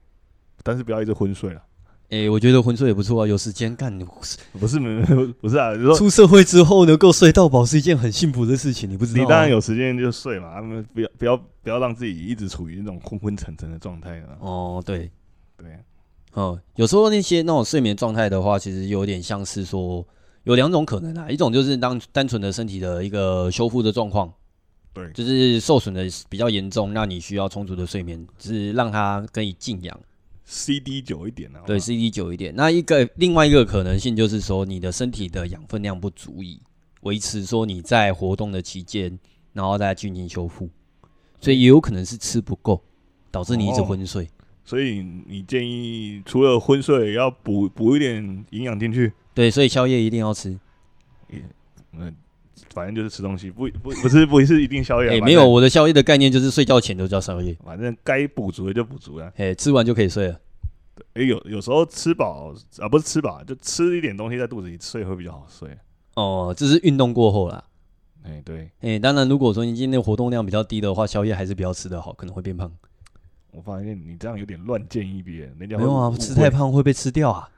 Speaker 1: 但是不要一直昏睡了。
Speaker 2: 诶、我觉得昏睡也不错啊，有时间干。
Speaker 1: 不是， <laughs> 没有不是啊，就是说
Speaker 2: 出社会之后能够睡到饱是一件很幸福的事情，你不知道、啊
Speaker 1: 你当然。有时间就睡嘛，他们不要不要不要让自己一直处于那种昏昏沉沉的状态啊。
Speaker 2: 哦，对，
Speaker 1: 对，
Speaker 2: 哦，有时候那些那种睡眠状态的话，其实有点像是说有两种可能啊，一种就是当单纯的身体的一个修复的状况，
Speaker 1: 对
Speaker 2: 就是受损的比较严重，那你需要充足的睡眠，只是让它可以静养。
Speaker 1: ，CD 久一点啊。
Speaker 2: 对
Speaker 1: 好吧
Speaker 2: ，CD 久一点。那一个另外一个可能性就是说，你的身体的养分量不足以维持说你在活动的期间，然后再进行修复，所以也有可能是吃不够，导致你一直
Speaker 1: 哦
Speaker 2: 昏睡。
Speaker 1: 所以你建议除了昏睡，要补补一点营养进去。
Speaker 2: 对，所以宵夜一定要吃。
Speaker 1: 嗯，反正就是吃东西，不不不是不是一定宵夜啊。反
Speaker 2: 哎、
Speaker 1: 正
Speaker 2: 没有，，我的宵夜的概念就是睡觉前都叫宵夜，
Speaker 1: 反正该补足的就补足了。
Speaker 2: 哎、吃完就可以睡了。
Speaker 1: 哎、有有时候吃饱啊，不是吃饱，就吃一点东西在肚子里睡会比较好睡。
Speaker 2: 哦，这是运动过后啦。
Speaker 1: 哎、对
Speaker 2: 哎、当然，如果说你今天活动量比较低的话，宵夜还是不要吃的好，可能会变胖。
Speaker 1: 我发现你这样有点乱建议别人，人家
Speaker 2: 没
Speaker 1: 会
Speaker 2: 有啊
Speaker 1: 误，会
Speaker 2: 吃太，胖会被吃掉啊。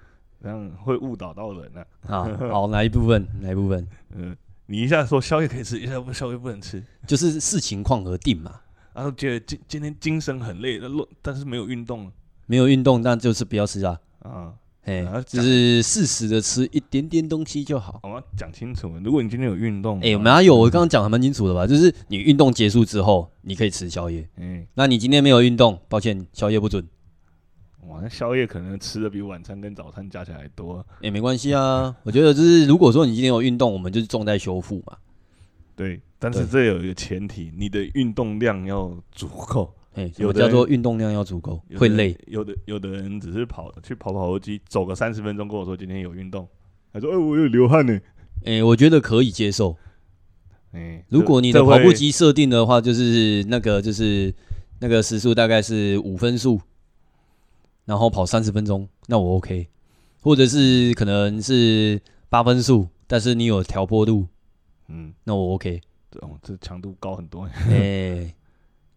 Speaker 1: 这样会误导到人啊。
Speaker 2: <laughs> 啊，好，哪一部分？哪一部分？
Speaker 1: 嗯，你一下说宵夜可以吃，一下不宵夜不能吃，
Speaker 2: 就是视情况而定嘛。
Speaker 1: 然后觉得今今天精神很累，那乱但是没有运动
Speaker 2: 没有运动，那就是不要吃啊。
Speaker 1: 啊。
Speaker 2: 哎、
Speaker 1: 啊
Speaker 2: 就
Speaker 1: 讲
Speaker 2: 是适时的吃一点点东西就好。
Speaker 1: 我们要讲清楚，如果你今天有运动，
Speaker 2: 哎、哪有？我刚刚讲还蛮清楚的吧？就是你运动结束之后，你可以吃宵夜。
Speaker 1: 哎，
Speaker 2: 那你今天没有运动，抱歉，宵夜不准。
Speaker 1: 哇，那宵夜可能吃的比晚餐跟早餐加起来多。
Speaker 2: 也、没关系啊。我觉得就是，如果说你今天有运动，我们就是重在修复嘛。
Speaker 1: 对，但是这有一个前提，你的运动量要足够。
Speaker 2: 哎、什么
Speaker 1: 有的
Speaker 2: 叫做运动量要足够？
Speaker 1: 有的
Speaker 2: 会累。
Speaker 1: 有的有的人只是跑去跑跑步机，走个三十分钟，跟我说今天有运动，他说：“哎、我有流汗呢。
Speaker 2: 哎、我觉得可以接受。
Speaker 1: 哎，
Speaker 2: 如
Speaker 1: 这
Speaker 2: 果你的
Speaker 1: 这
Speaker 2: 跑
Speaker 1: 会
Speaker 2: 步机设定的话，就是那个就是那个时速大概是五分速，然后跑三十分钟，那我 OK。或者是可能是八分速，但是你有调坡度，
Speaker 1: 嗯，
Speaker 2: 那我 OK。
Speaker 1: 这哦，这强度高很多。 <laughs>
Speaker 2: 哎、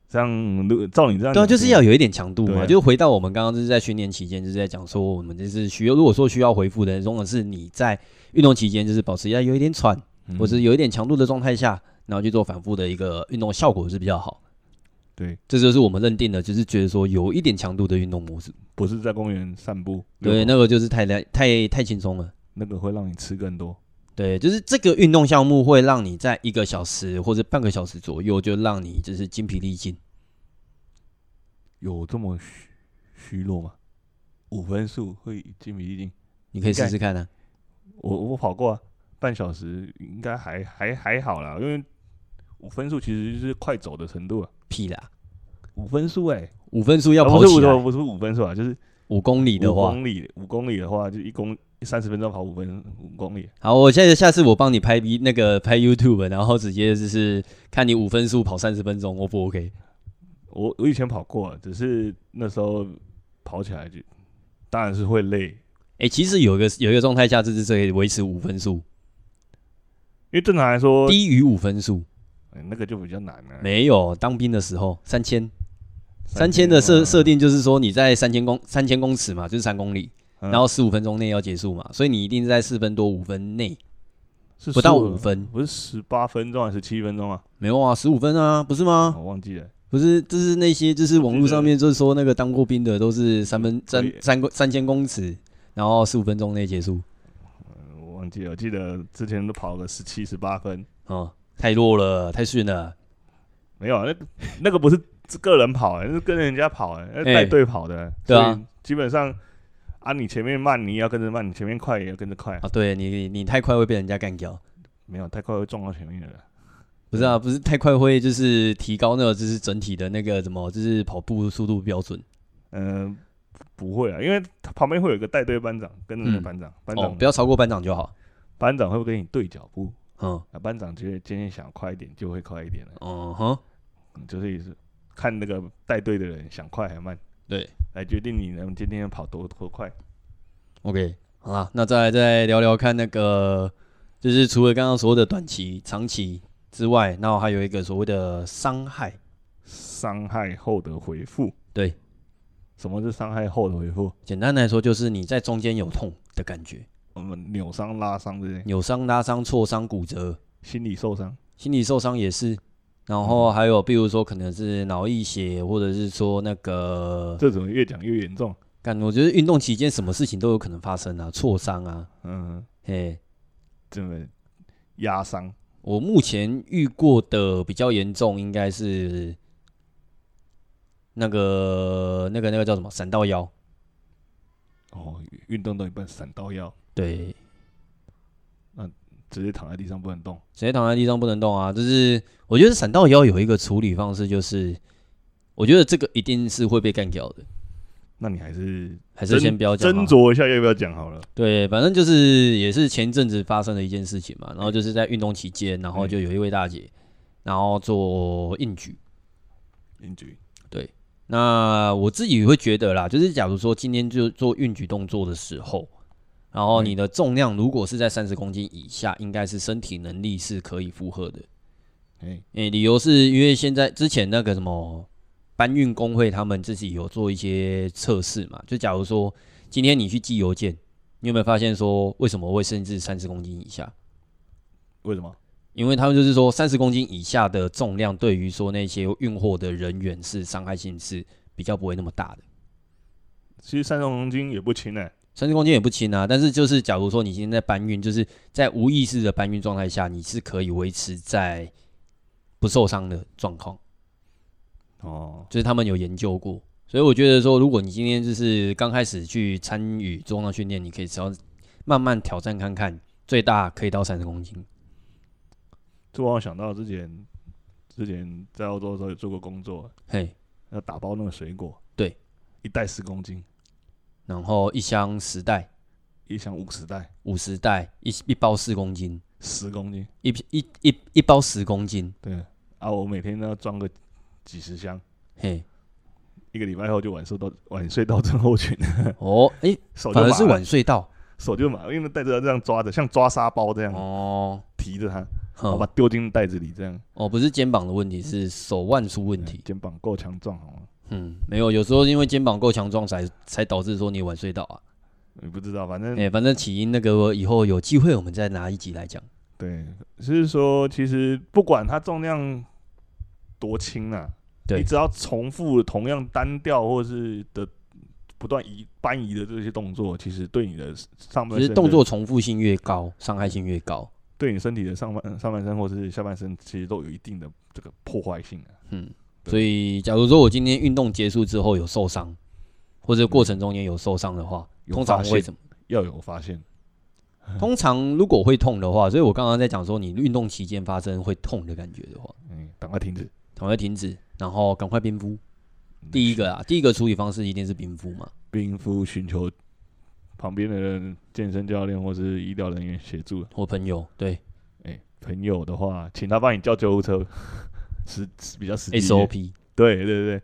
Speaker 1: 这样，如果照你这样讲，
Speaker 2: 对啊，就是要有一点强度
Speaker 1: 对
Speaker 2: 嘛。
Speaker 1: 啊
Speaker 2: 就回到我们刚刚就是在训练期间，就是在讲说我们就是需要，如果说需要回复的，如果是你在运动期间就是保持要有一点喘，
Speaker 1: 嗯
Speaker 2: 或者有一点强度的状态下，然后去做反复的一个运动，效果是比较好。
Speaker 1: 对，
Speaker 2: 这就是我们认定的，就是觉得说有一点强度的运动模式。
Speaker 1: 不是在公园散步。
Speaker 2: 对，
Speaker 1: 遛狗
Speaker 2: 那个就是太累太太轻松了。
Speaker 1: 那个会让你吃更多。
Speaker 2: 对，就是这个运动项目会让你在一个小时或者半个小时左右，就让你就是精疲力尽。
Speaker 1: 有这么虚虚弱吗？五分数会精疲力尽。
Speaker 2: 你可以试试看啊。
Speaker 1: 我我跑过啊，半小时应该还还还好啦，因为五分数其实就是快走的程度啊。
Speaker 2: 屁啦，
Speaker 1: 五分数哎、
Speaker 2: 五分速要
Speaker 1: 啊
Speaker 2: 跑
Speaker 1: 不是
Speaker 2: 起
Speaker 1: 五
Speaker 2: 来，
Speaker 1: 不是五分数啊，就是
Speaker 2: 五公里的
Speaker 1: 五
Speaker 2: 话，
Speaker 1: 公里五公里的话，就一公三十分钟跑五分五公里。
Speaker 2: 好，我现在下次我帮你拍 B 那个拍 YouTube，然后直接就是看你五分速跑三十分钟，O 不 OK？
Speaker 1: 我我以前跑过、啊，只是那时候跑起来就当然是会累，
Speaker 2: 哎、哎、其实有一个有一个状态下，这是可以维持五分数，
Speaker 1: 因为正常来说，
Speaker 2: 低于五分数
Speaker 1: 哎那个就比较难了、
Speaker 2: 没有。当兵的时候三千，三
Speaker 1: 三
Speaker 2: 千
Speaker 1: 千
Speaker 2: 的设
Speaker 1: 嗯
Speaker 2: 设定就是说你在三千公三千公尺嘛，就是三公里，
Speaker 1: 嗯
Speaker 2: 然后十五分钟内要结束嘛，所以你一定在四分多五分内，
Speaker 1: 是
Speaker 2: 不到
Speaker 1: 15
Speaker 2: 五，分，
Speaker 1: 不是十八分钟还是七分钟啊？
Speaker 2: 没有啊，十五分啊，不是吗？
Speaker 1: 我忘记了。
Speaker 2: 不是，就是那些就是网络上面就是说那个当过兵的都是三分
Speaker 1: 可
Speaker 2: 三
Speaker 1: 以
Speaker 2: 三公三千公尺，然后十五分钟内结束，
Speaker 1: 我忘记了，我记得之前都跑个十七、十八分，
Speaker 2: 哦、太弱了，太逊了，
Speaker 1: 没有啊，那个 <laughs> 那个不是个人跑、欸，那是跟人家跑、欸，那带队跑的、
Speaker 2: 哎对啊，
Speaker 1: 基本上啊，你前面慢，你也要跟着慢；你前面快，也要跟着快。
Speaker 2: 啊，对你你你太快会被人家干掉，
Speaker 1: 没有太快会撞到前面的人，
Speaker 2: 不是啊，不是太快会就是提高那个就是整体的那个什么就是跑步速度标准
Speaker 1: 嗯、不会啊，因为他旁边会有一个带队班长跟着那个
Speaker 2: 嗯
Speaker 1: 班长，班
Speaker 2: 哦
Speaker 1: 长、，
Speaker 2: 不要超过班长就好，
Speaker 1: 班长会不会跟你对脚步？
Speaker 2: 嗯
Speaker 1: 啊，班长觉得今天想快一点，就会快一点了，
Speaker 2: 嗯哼，
Speaker 1: 嗯就是也是看那个带队的人想快还慢，
Speaker 2: 对
Speaker 1: 来决定你能今天跑多多快。
Speaker 2: ，OK，好啦，那再来再聊聊看那个就是除了刚刚所谓的短期、长期之外，然后还有一个所谓的伤害，
Speaker 1: 伤害后的回复，
Speaker 2: 对，
Speaker 1: 什么是伤害后的回复？
Speaker 2: 简单来说就是你在中间有痛的感觉，
Speaker 1: 我们扭伤、拉伤这些，
Speaker 2: 扭伤、拉伤、挫伤、骨折，
Speaker 1: 心理受伤，
Speaker 2: 心理受伤也是。然后还有，比如说可能是脑溢血，或者是说那个
Speaker 1: 这怎么越讲越严重？
Speaker 2: 干，我觉得运动期间什么事情都有可能发生啊，挫伤啊，
Speaker 1: 嗯，
Speaker 2: 嘿，
Speaker 1: 这么压伤，
Speaker 2: 我目前遇过的比较严重应该是那个那个那个叫什么闪到腰，
Speaker 1: 哦，运动到一半闪到腰，
Speaker 2: 对，
Speaker 1: 直接躺在地上不能动。
Speaker 2: 直接躺在地上不能动啊。就是我觉得闪到腰有一个处理方式，就是我觉得这个一定是会被干掉的，
Speaker 1: 那你还是
Speaker 2: 还是先不要讲好
Speaker 1: 斟
Speaker 2: 了。
Speaker 1: 酌一下要不要讲好了。
Speaker 2: 对，反正就是也是前阵子发生的一件事情嘛，然后就是在运动期间，然后就有一位大姐，然后做硬举。
Speaker 1: 英局，
Speaker 2: 那我自己会觉得啦，就是假如说今天就做运举动作的时候，然后你的重量如果是在三十公斤以下，应该是身体能力是可以负荷的。
Speaker 1: 哎，
Speaker 2: 诶、理由是因为现在之前那个什么搬运工会他们自己有做一些测试嘛，就假如说今天你去寄邮件，你有没有发现说为什么会甚至三十公斤以下？
Speaker 1: 为什么？
Speaker 2: 因为他们就是说三十公斤以下的重量对于说那些运货的人员是伤害性是比较不会那么大的。
Speaker 1: 其实三十公斤也不轻哎、
Speaker 2: 三十公斤也不轻啊，但是就是假如说你今天在搬运，就是在无意识的搬运状态下，你是可以维持在不受伤的状况，
Speaker 1: 哦，
Speaker 2: 就是他们有研究过。所以我觉得说，如果你今天就是刚开始去参与重量训练，你可以只要慢慢挑战看看，最大可以到三十公斤。
Speaker 1: 这让我想到之前，之前在澳洲的时候有做过工作，
Speaker 2: 嘿，
Speaker 1: 要打包那个水果，
Speaker 2: 对，
Speaker 1: 一袋十公斤，
Speaker 2: 然后一箱十袋、
Speaker 1: 一箱五十袋，
Speaker 2: 五十袋，一一包四公斤，
Speaker 1: 十公斤，
Speaker 2: 一批一一一包十公斤。
Speaker 1: 对啊，我每天都要装个几十箱，
Speaker 2: 嘿，
Speaker 1: 一个礼拜后就晚睡到晚睡到症候群，
Speaker 2: 哦，哎、
Speaker 1: 手就麻
Speaker 2: 反而
Speaker 1: 了，
Speaker 2: 是晚睡到
Speaker 1: 手就麻了，因为袋子要这样抓着，像抓沙包这样、
Speaker 2: 哦。嗯
Speaker 1: 提着它，然
Speaker 2: 好
Speaker 1: 后把它丢进袋子里，这样
Speaker 2: 哦，不是肩膀的问题，是手腕出问题。
Speaker 1: 肩膀够强壮好吗？
Speaker 2: 嗯，没有，有时候因为肩膀够强壮才才导致说你晚睡到啊。
Speaker 1: 你不知道，反正、
Speaker 2: 哎、反正起因那个我以后有机会我们再拿一集来讲。
Speaker 1: 对，就是说其实不管它重量多轻啊，
Speaker 2: 对
Speaker 1: 你只要重复同样单调或是的不断移搬移的这些动作，其实对你的上半
Speaker 2: 只
Speaker 1: 身
Speaker 2: 是
Speaker 1: 的
Speaker 2: 动作重复性越高，伤害性越高。
Speaker 1: 对你身体的上半上半身或是下半身，其实都有一定的这个破坏性啊。
Speaker 2: 嗯，所以假如说我今天运动结束之后有受伤，或者过程中间有受伤的话，
Speaker 1: 有
Speaker 2: 通常
Speaker 1: 发
Speaker 2: 会
Speaker 1: 现
Speaker 2: 怎么？
Speaker 1: 要有发现，
Speaker 2: 通常如果会痛的话，所以我刚刚在讲说你运动期间发生会痛的感觉的话，
Speaker 1: 嗯，赶快停止。
Speaker 2: 赶快停止，然后赶快冰敷。第一个啊，第一个处理方式一定是冰敷嘛。
Speaker 1: 冰敷寻求旁边的健身教练或是医疗人员协助。
Speaker 2: 我朋友对
Speaker 1: 哎、朋友的话， <laughs> 请他帮你叫救护车，实比较实际一点。
Speaker 2: SOP，
Speaker 1: 对对对，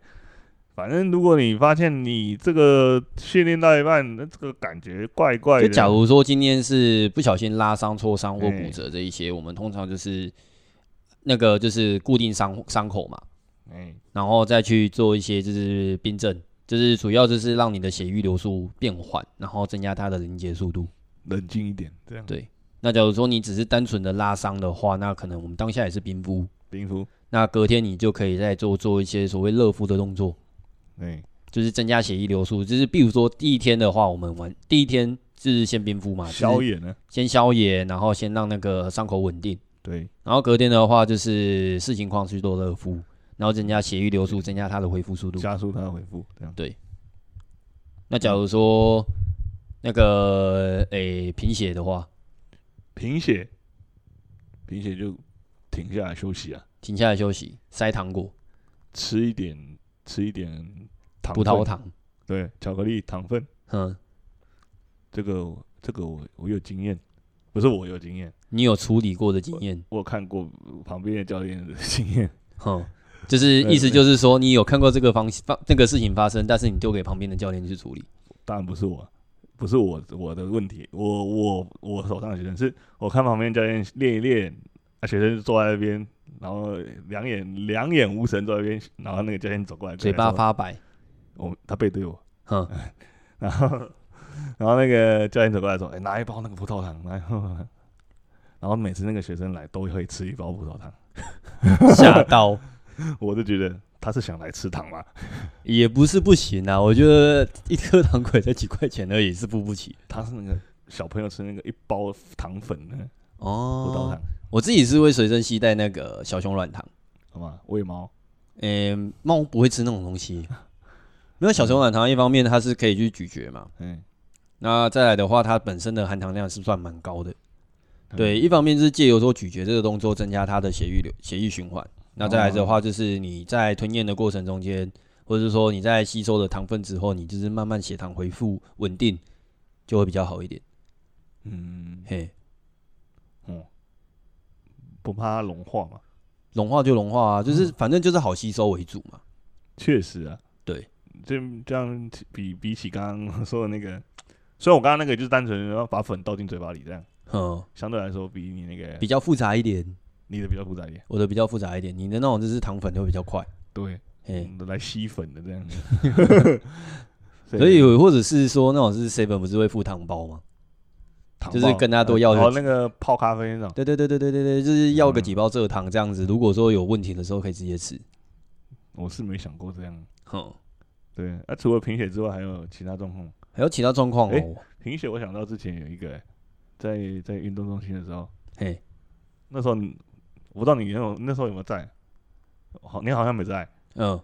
Speaker 1: 反正如果你发现你这个训练到一半，那这个感觉怪怪
Speaker 2: 就
Speaker 1: 的，
Speaker 2: 假如说今天是不小心拉伤、挫伤或
Speaker 1: 哎
Speaker 2: 骨折这一些，我们通常就是那个就是固定伤伤口嘛，
Speaker 1: 哎，
Speaker 2: 然后再去做一些就是冰镇，就是主要就是让你的血液流速变缓，然后增加它的凝结速度。
Speaker 1: 冷静一点，这样
Speaker 2: 对那假如说你只是单纯的拉伤的话，那可能我们当下也是冰敷，
Speaker 1: 冰敷，
Speaker 2: 那隔天你就可以再做做一些所谓热敷的动作，
Speaker 1: 哎，
Speaker 2: 就是增加血液流速。就是比如说第一天的话，我们玩第一天就是先冰敷嘛，就是
Speaker 1: 消炎呢？
Speaker 2: 先消炎，然后先让那个伤口稳定，
Speaker 1: 对，
Speaker 2: 然后隔天的话就是视情况去做热敷，然后增加血液流速，增加它的恢复速度。
Speaker 1: 加速它的恢复，这样
Speaker 2: 那假如说那个诶、贫血的话，
Speaker 1: 贫血，贫血就停下来休息啊，
Speaker 2: 停下来休息，塞糖果、
Speaker 1: 吃一点吃一点糖
Speaker 2: 葡萄
Speaker 1: 分，
Speaker 2: 糖，
Speaker 1: 对，巧克力糖分，
Speaker 2: 嗯，
Speaker 1: 这个我这个我我有经验，不是我有经验，
Speaker 2: 你有处理过的经验，
Speaker 1: 我有看过旁边的教练的经验，
Speaker 2: 哼，就是
Speaker 1: 对
Speaker 2: 意思
Speaker 1: 对
Speaker 2: 就是说你有看过这个方方那个事情发生，但是你丢给旁边的教练去处理，
Speaker 1: 当然不是我，不是我我的问题，我我我手上的学生是我看旁边教练练一练，啊，学生就坐在那边，然后两眼两眼无神坐在那边，然后那个教练走过来，
Speaker 2: 嘴巴，发白，
Speaker 1: 我哦他背对我， <laughs>
Speaker 2: 哼，
Speaker 1: 然后然后那个教练走过来说，哎、拿一包那个葡萄糖，拿一包葡萄糖。然后每次那个学生来都会吃一包葡萄糖，
Speaker 2: 吓到。
Speaker 1: 我就觉得他是想来吃糖吗？
Speaker 2: 也不是不行啊，我觉得一颗糖鬼才几块钱而已，是付不起
Speaker 1: 他是那个小朋友吃那个一包糖粉呢，葡
Speaker 2: 哦
Speaker 1: 萄糖，
Speaker 2: 我自己是会随身携带那个小熊软糖，
Speaker 1: 好吗？喂猫，
Speaker 2: 诶、猫不会吃那种东西。没有小熊软糖，一方面它是可以去咀嚼嘛，
Speaker 1: 嗯，
Speaker 2: 那再来的话，它本身的含糖量是算蛮高的。
Speaker 1: 嗯
Speaker 2: 对，一方面是借由说咀嚼这个动作增加它的血液流、血液循环。那再来的话，就是你在吞咽的过程中间，或者是说你在吸收了糖分之后，你就是慢慢血糖恢复稳定，就会比较好一点。
Speaker 1: 嗯，
Speaker 2: 嘿，
Speaker 1: 哦，不怕它融化嘛？
Speaker 2: 融化就融化啊，就是反正就是好吸收为主嘛。
Speaker 1: 确实啊，
Speaker 2: 对，
Speaker 1: 这这样比比起刚刚说的那个，虽然我刚刚那个就是单纯要把粉倒进嘴巴里这样，
Speaker 2: 嗯，
Speaker 1: 相对来说比你那个
Speaker 2: 比较复杂一点，
Speaker 1: 你的比较复杂一点，
Speaker 2: 我的比较复杂一点，你的那种就是糖粉会比较快。
Speaker 1: 对，
Speaker 2: 嘿，
Speaker 1: 嗯来吸粉的这
Speaker 2: <laughs>
Speaker 1: 样，
Speaker 2: 所以有或者是说那种是 seven 不是会附糖包吗？
Speaker 1: 糖
Speaker 2: 就是
Speaker 1: 爆
Speaker 2: 跟他多要
Speaker 1: 哦那
Speaker 2: 的
Speaker 1: 个泡咖啡那种，
Speaker 2: 对对对对对对对，就是要个
Speaker 1: 嗯
Speaker 2: 几包蔗糖这样子。如果说有问题的时候，可以直接吃。
Speaker 1: 我是没想过这样。
Speaker 2: 哼，
Speaker 1: 对，那、除了贫血之外，还有其他状况吗。
Speaker 2: 还有其他状况哦
Speaker 1: 诶。贫血，我想到之前有一个、在在运动中心的时候，
Speaker 2: 嘿，
Speaker 1: 那时候你我不知道你有没有那时候有没有在，好，你好像没在。
Speaker 2: 嗯，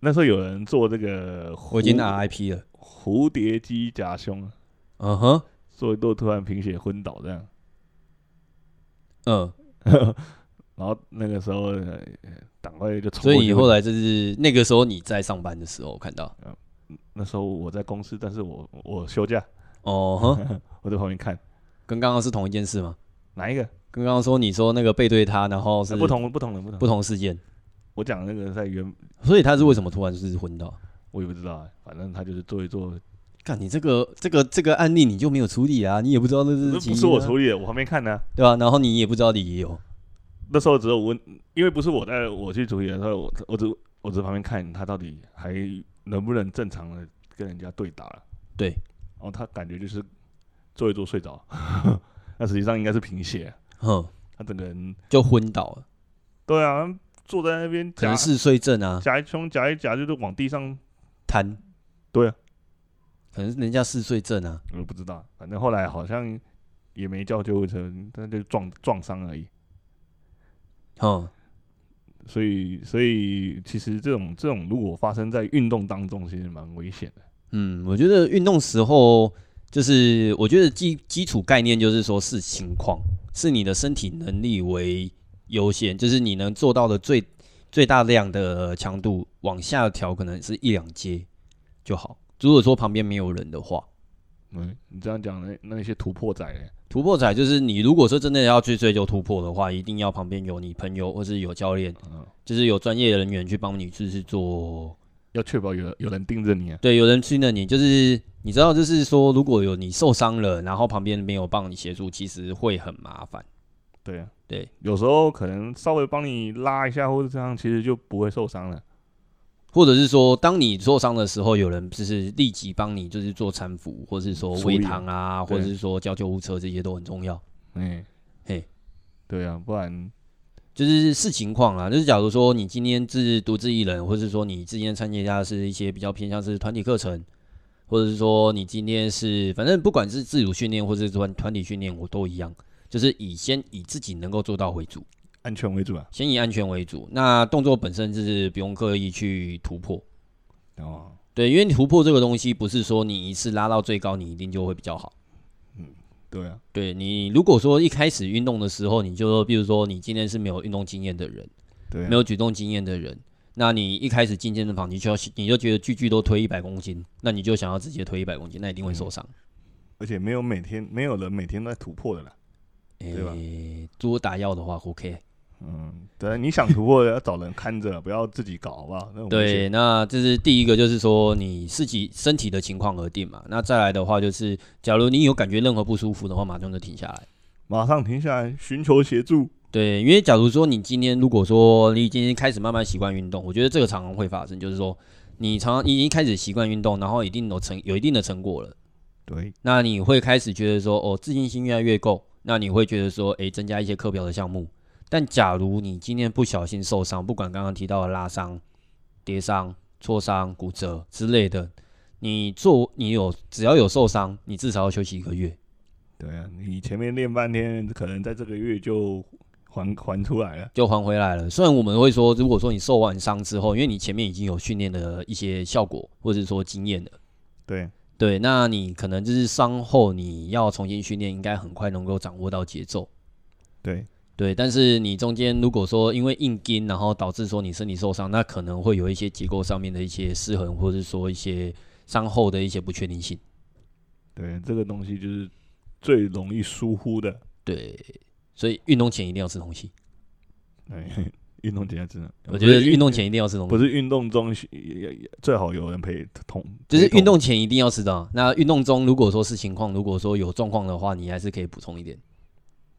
Speaker 1: 那时候有人做这个蝴，
Speaker 2: 我已经 RIP 了。
Speaker 1: 蝴蝶机夹胸，
Speaker 2: 嗯哼，
Speaker 1: 做一做突然贫血昏倒这样， <laughs>
Speaker 2: 嗯，
Speaker 1: 然后那个时候呃党外就冲
Speaker 2: 所
Speaker 1: 过
Speaker 2: 以
Speaker 1: 去，
Speaker 2: 你后来就是那个时候你在上班的时候看 <laughs> 到。
Speaker 1: 那时候我在公司，但是我我休假，
Speaker 2: 哦哼，
Speaker 1: <laughs> 我在旁边看
Speaker 2: 跟刚刚是同一件事吗？
Speaker 1: 哪一个、
Speaker 2: 跟刚刚说你说那个背对他，然后是
Speaker 1: 哎不同不同人不同，
Speaker 2: 啊不同事件，
Speaker 1: 我讲的那个在原
Speaker 2: 所以他是为什么突然就是昏倒？
Speaker 1: 我也不知道、哎，反正他就是做一做，
Speaker 2: 看你这个这个这个案例你就没有处理啊，你也不知道那是
Speaker 1: 不
Speaker 2: 基因啊
Speaker 1: 是我处理的，啊我旁边看呢、
Speaker 2: 对吧、然后你也不知道理由，
Speaker 1: 那时候只有问，因为不是我在我去处理的时候，我我只我只旁边看他到底还能不能正常的跟人家对打了。
Speaker 2: 对
Speaker 1: 然后他感觉就是坐一坐睡着， <laughs> 那实际上应该是贫血，
Speaker 2: 哼，
Speaker 1: 他整个人
Speaker 2: 就昏倒了，
Speaker 1: 对啊，坐在那边
Speaker 2: 可
Speaker 1: 夹
Speaker 2: 能嗜睡症啊，
Speaker 1: 夹一胸夹一夹，就是往地上，
Speaker 2: 瘫。
Speaker 1: 对啊，
Speaker 2: 可能是人家嗜睡症啊，
Speaker 1: 我不知道，反正后来好像也没叫救护车，他就撞撞伤而已。
Speaker 2: 哼，
Speaker 1: 所以，所以其实这种这种如果发生在运动当中，其实蛮危险的。
Speaker 2: 嗯，我觉得运动时候就是，我觉得基基础概念就是说视情况，视你的身体能力为优先，就是你能做到的最最大量的强度，往下调可能是一两阶就好。如果说旁边没有人的话，
Speaker 1: 嗯，你这样讲，那那些突破仔嘞，
Speaker 2: 突破仔就是你，如果说真的要去追求突破的话，一定要旁边有你朋友或是有教练，
Speaker 1: 嗯，
Speaker 2: 就是有专业人员去帮你，就是做
Speaker 1: 要确保有有人盯着你啊。
Speaker 2: 对，有人去那你，就是你知道，就是说，如果有你受伤了，然后旁边没有帮你协助，其实会很麻烦。
Speaker 1: 对啊，
Speaker 2: 对，
Speaker 1: 有时候可能稍微帮你拉一下或者这样，其实就不会受伤了。
Speaker 2: 或者是说，当你受伤的时候，有人就是立即帮你，就是做搀扶，或是说
Speaker 1: 处理
Speaker 2: 喂糖啊，
Speaker 1: 对
Speaker 2: 或者是说叫救护车，这些都很重要。
Speaker 1: 哎、
Speaker 2: 嘿，
Speaker 1: 对啊，不然
Speaker 2: 就是视情况啦，就是假如说你今天是独自一人，或是说你之前参加的是一些比较偏向是团体课程，或者是说你今天是反正不管是自主训练或是团团体训练，我都一样，就是以先以自己能够做到为主，
Speaker 1: 安全为主啊。
Speaker 2: 先以安全为主。那动作本身就是不用刻意去突破，
Speaker 1: 哦，
Speaker 2: 对，因为突破这个东西不是说你一次拉到最高，你一定就会比较好。
Speaker 1: 对啊，
Speaker 2: 对你，如果说一开始运动的时候，你就比如说你今天是没有运动经验的人，
Speaker 1: 对啊
Speaker 2: 没有举重经验的人，那你一开始进健身房，你就要你就觉得句句都推一百公斤，那你就想要直接推一百公斤，那一定会受伤。
Speaker 1: 而且没有每天没有人每天都在突破的啦。
Speaker 2: 诶、
Speaker 1: 嗯对吧
Speaker 2: 如果打药的话，OK。
Speaker 1: 嗯，对啊，你想突破的要找人看着，不要自己搞，好不好？那种危险
Speaker 2: 对，那这是第一个，就是说你自己身体的情况而定嘛。那再来的话，就是假如你有感觉任何不舒服的话，马上就停下来。
Speaker 1: 马上停下来寻求协助。
Speaker 2: 对，因为假如说你今天如果说你已经开始慢慢习惯运动，我觉得这个常常会发生，就是说你常常你已经开始习惯运动，然后一定有成有一定的成果了。
Speaker 1: 对，
Speaker 2: 那你会开始觉得说，哦，自信心越来越够，那你会觉得说，诶，增加一些课表的项目。但假如你今天不小心受伤，不管刚刚提到的拉伤、跌伤、挫伤、骨折之类的，你做你有只要有受伤，你至少要休息一个月。
Speaker 1: 对啊，你前面练半天，可能在这个月就还还出来了。
Speaker 2: 就还回来了。虽然我们会说，如果说你受完伤之后，因为你前面已经有训练的一些效果或者说经验了，
Speaker 1: 对，
Speaker 2: 对，那你可能就是伤后你要重新训练，应该很快能够掌握到节奏。
Speaker 1: 对，
Speaker 2: 对，但是你中间如果说因为硬筋，然后导致说你身体受伤，那可能会有一些结构上面的一些失衡，或者是说一些伤后的一些不确定性。
Speaker 1: 对，这个东西就是最容易疏忽的。
Speaker 2: 对，所以运动前一定要吃东西。
Speaker 1: 对，哎运动节真的，
Speaker 2: 我觉得
Speaker 1: 不是
Speaker 2: 运动前一定要吃东西
Speaker 1: 不，是运动中最好有人陪同，
Speaker 2: 就是
Speaker 1: 陪同
Speaker 2: 运动前一定要吃的啊。那运动中如果说是情况，如果说有状况的话，你还是可以补充一点。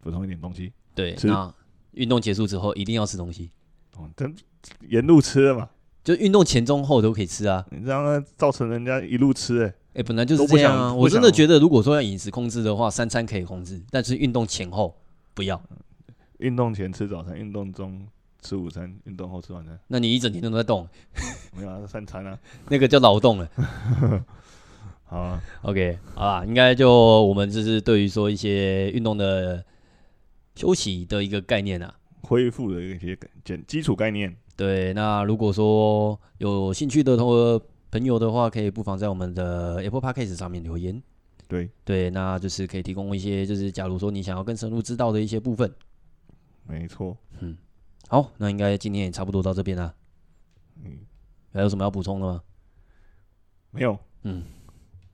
Speaker 1: 补充一点东西。
Speaker 2: 对，
Speaker 1: 吃
Speaker 2: 那运动结束之后一定要吃东西，
Speaker 1: 哦，但沿路吃的嘛，
Speaker 2: 就运动前、中、后都可以吃啊。
Speaker 1: 你这样造成人家一路吃、欸，
Speaker 2: 哎、本来就是
Speaker 1: 都不
Speaker 2: 这样啊。
Speaker 1: 想
Speaker 2: 我真
Speaker 1: 不
Speaker 2: 的
Speaker 1: 想
Speaker 2: 觉得，如果说要饮食控制的话，三餐可以控制，但是运动前后不要。
Speaker 1: 运动前吃早餐，运动中吃午餐，运动后吃晚餐，
Speaker 2: 那你一整天都在动，
Speaker 1: 没有啊，三餐啊， <laughs>
Speaker 2: 那个叫劳动了。
Speaker 1: 好啊，
Speaker 2: OK，好啦，应该就我们就是对于说一些运动的休息的一个概念啊。
Speaker 1: 恢复的一些简基础概念。
Speaker 2: 对，那如果说有兴趣的同朋友的话，可以不妨在我们的 Apple Podcast 上面留言。
Speaker 1: 对，
Speaker 2: 对，那就是可以提供一些，就是假如说你想要更深入知道的一些部分。
Speaker 1: 没错，
Speaker 2: 好，那应该今天也差不多到这边啦。
Speaker 1: 嗯，
Speaker 2: 还有什么要补充的吗？
Speaker 1: 没有，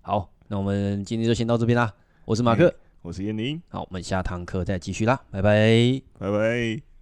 Speaker 2: 好，那我们今天就先到这边啦。我是马克，
Speaker 1: 我是燕宁，
Speaker 2: 好，我们下堂课再继续啦，拜拜。
Speaker 1: 拜拜。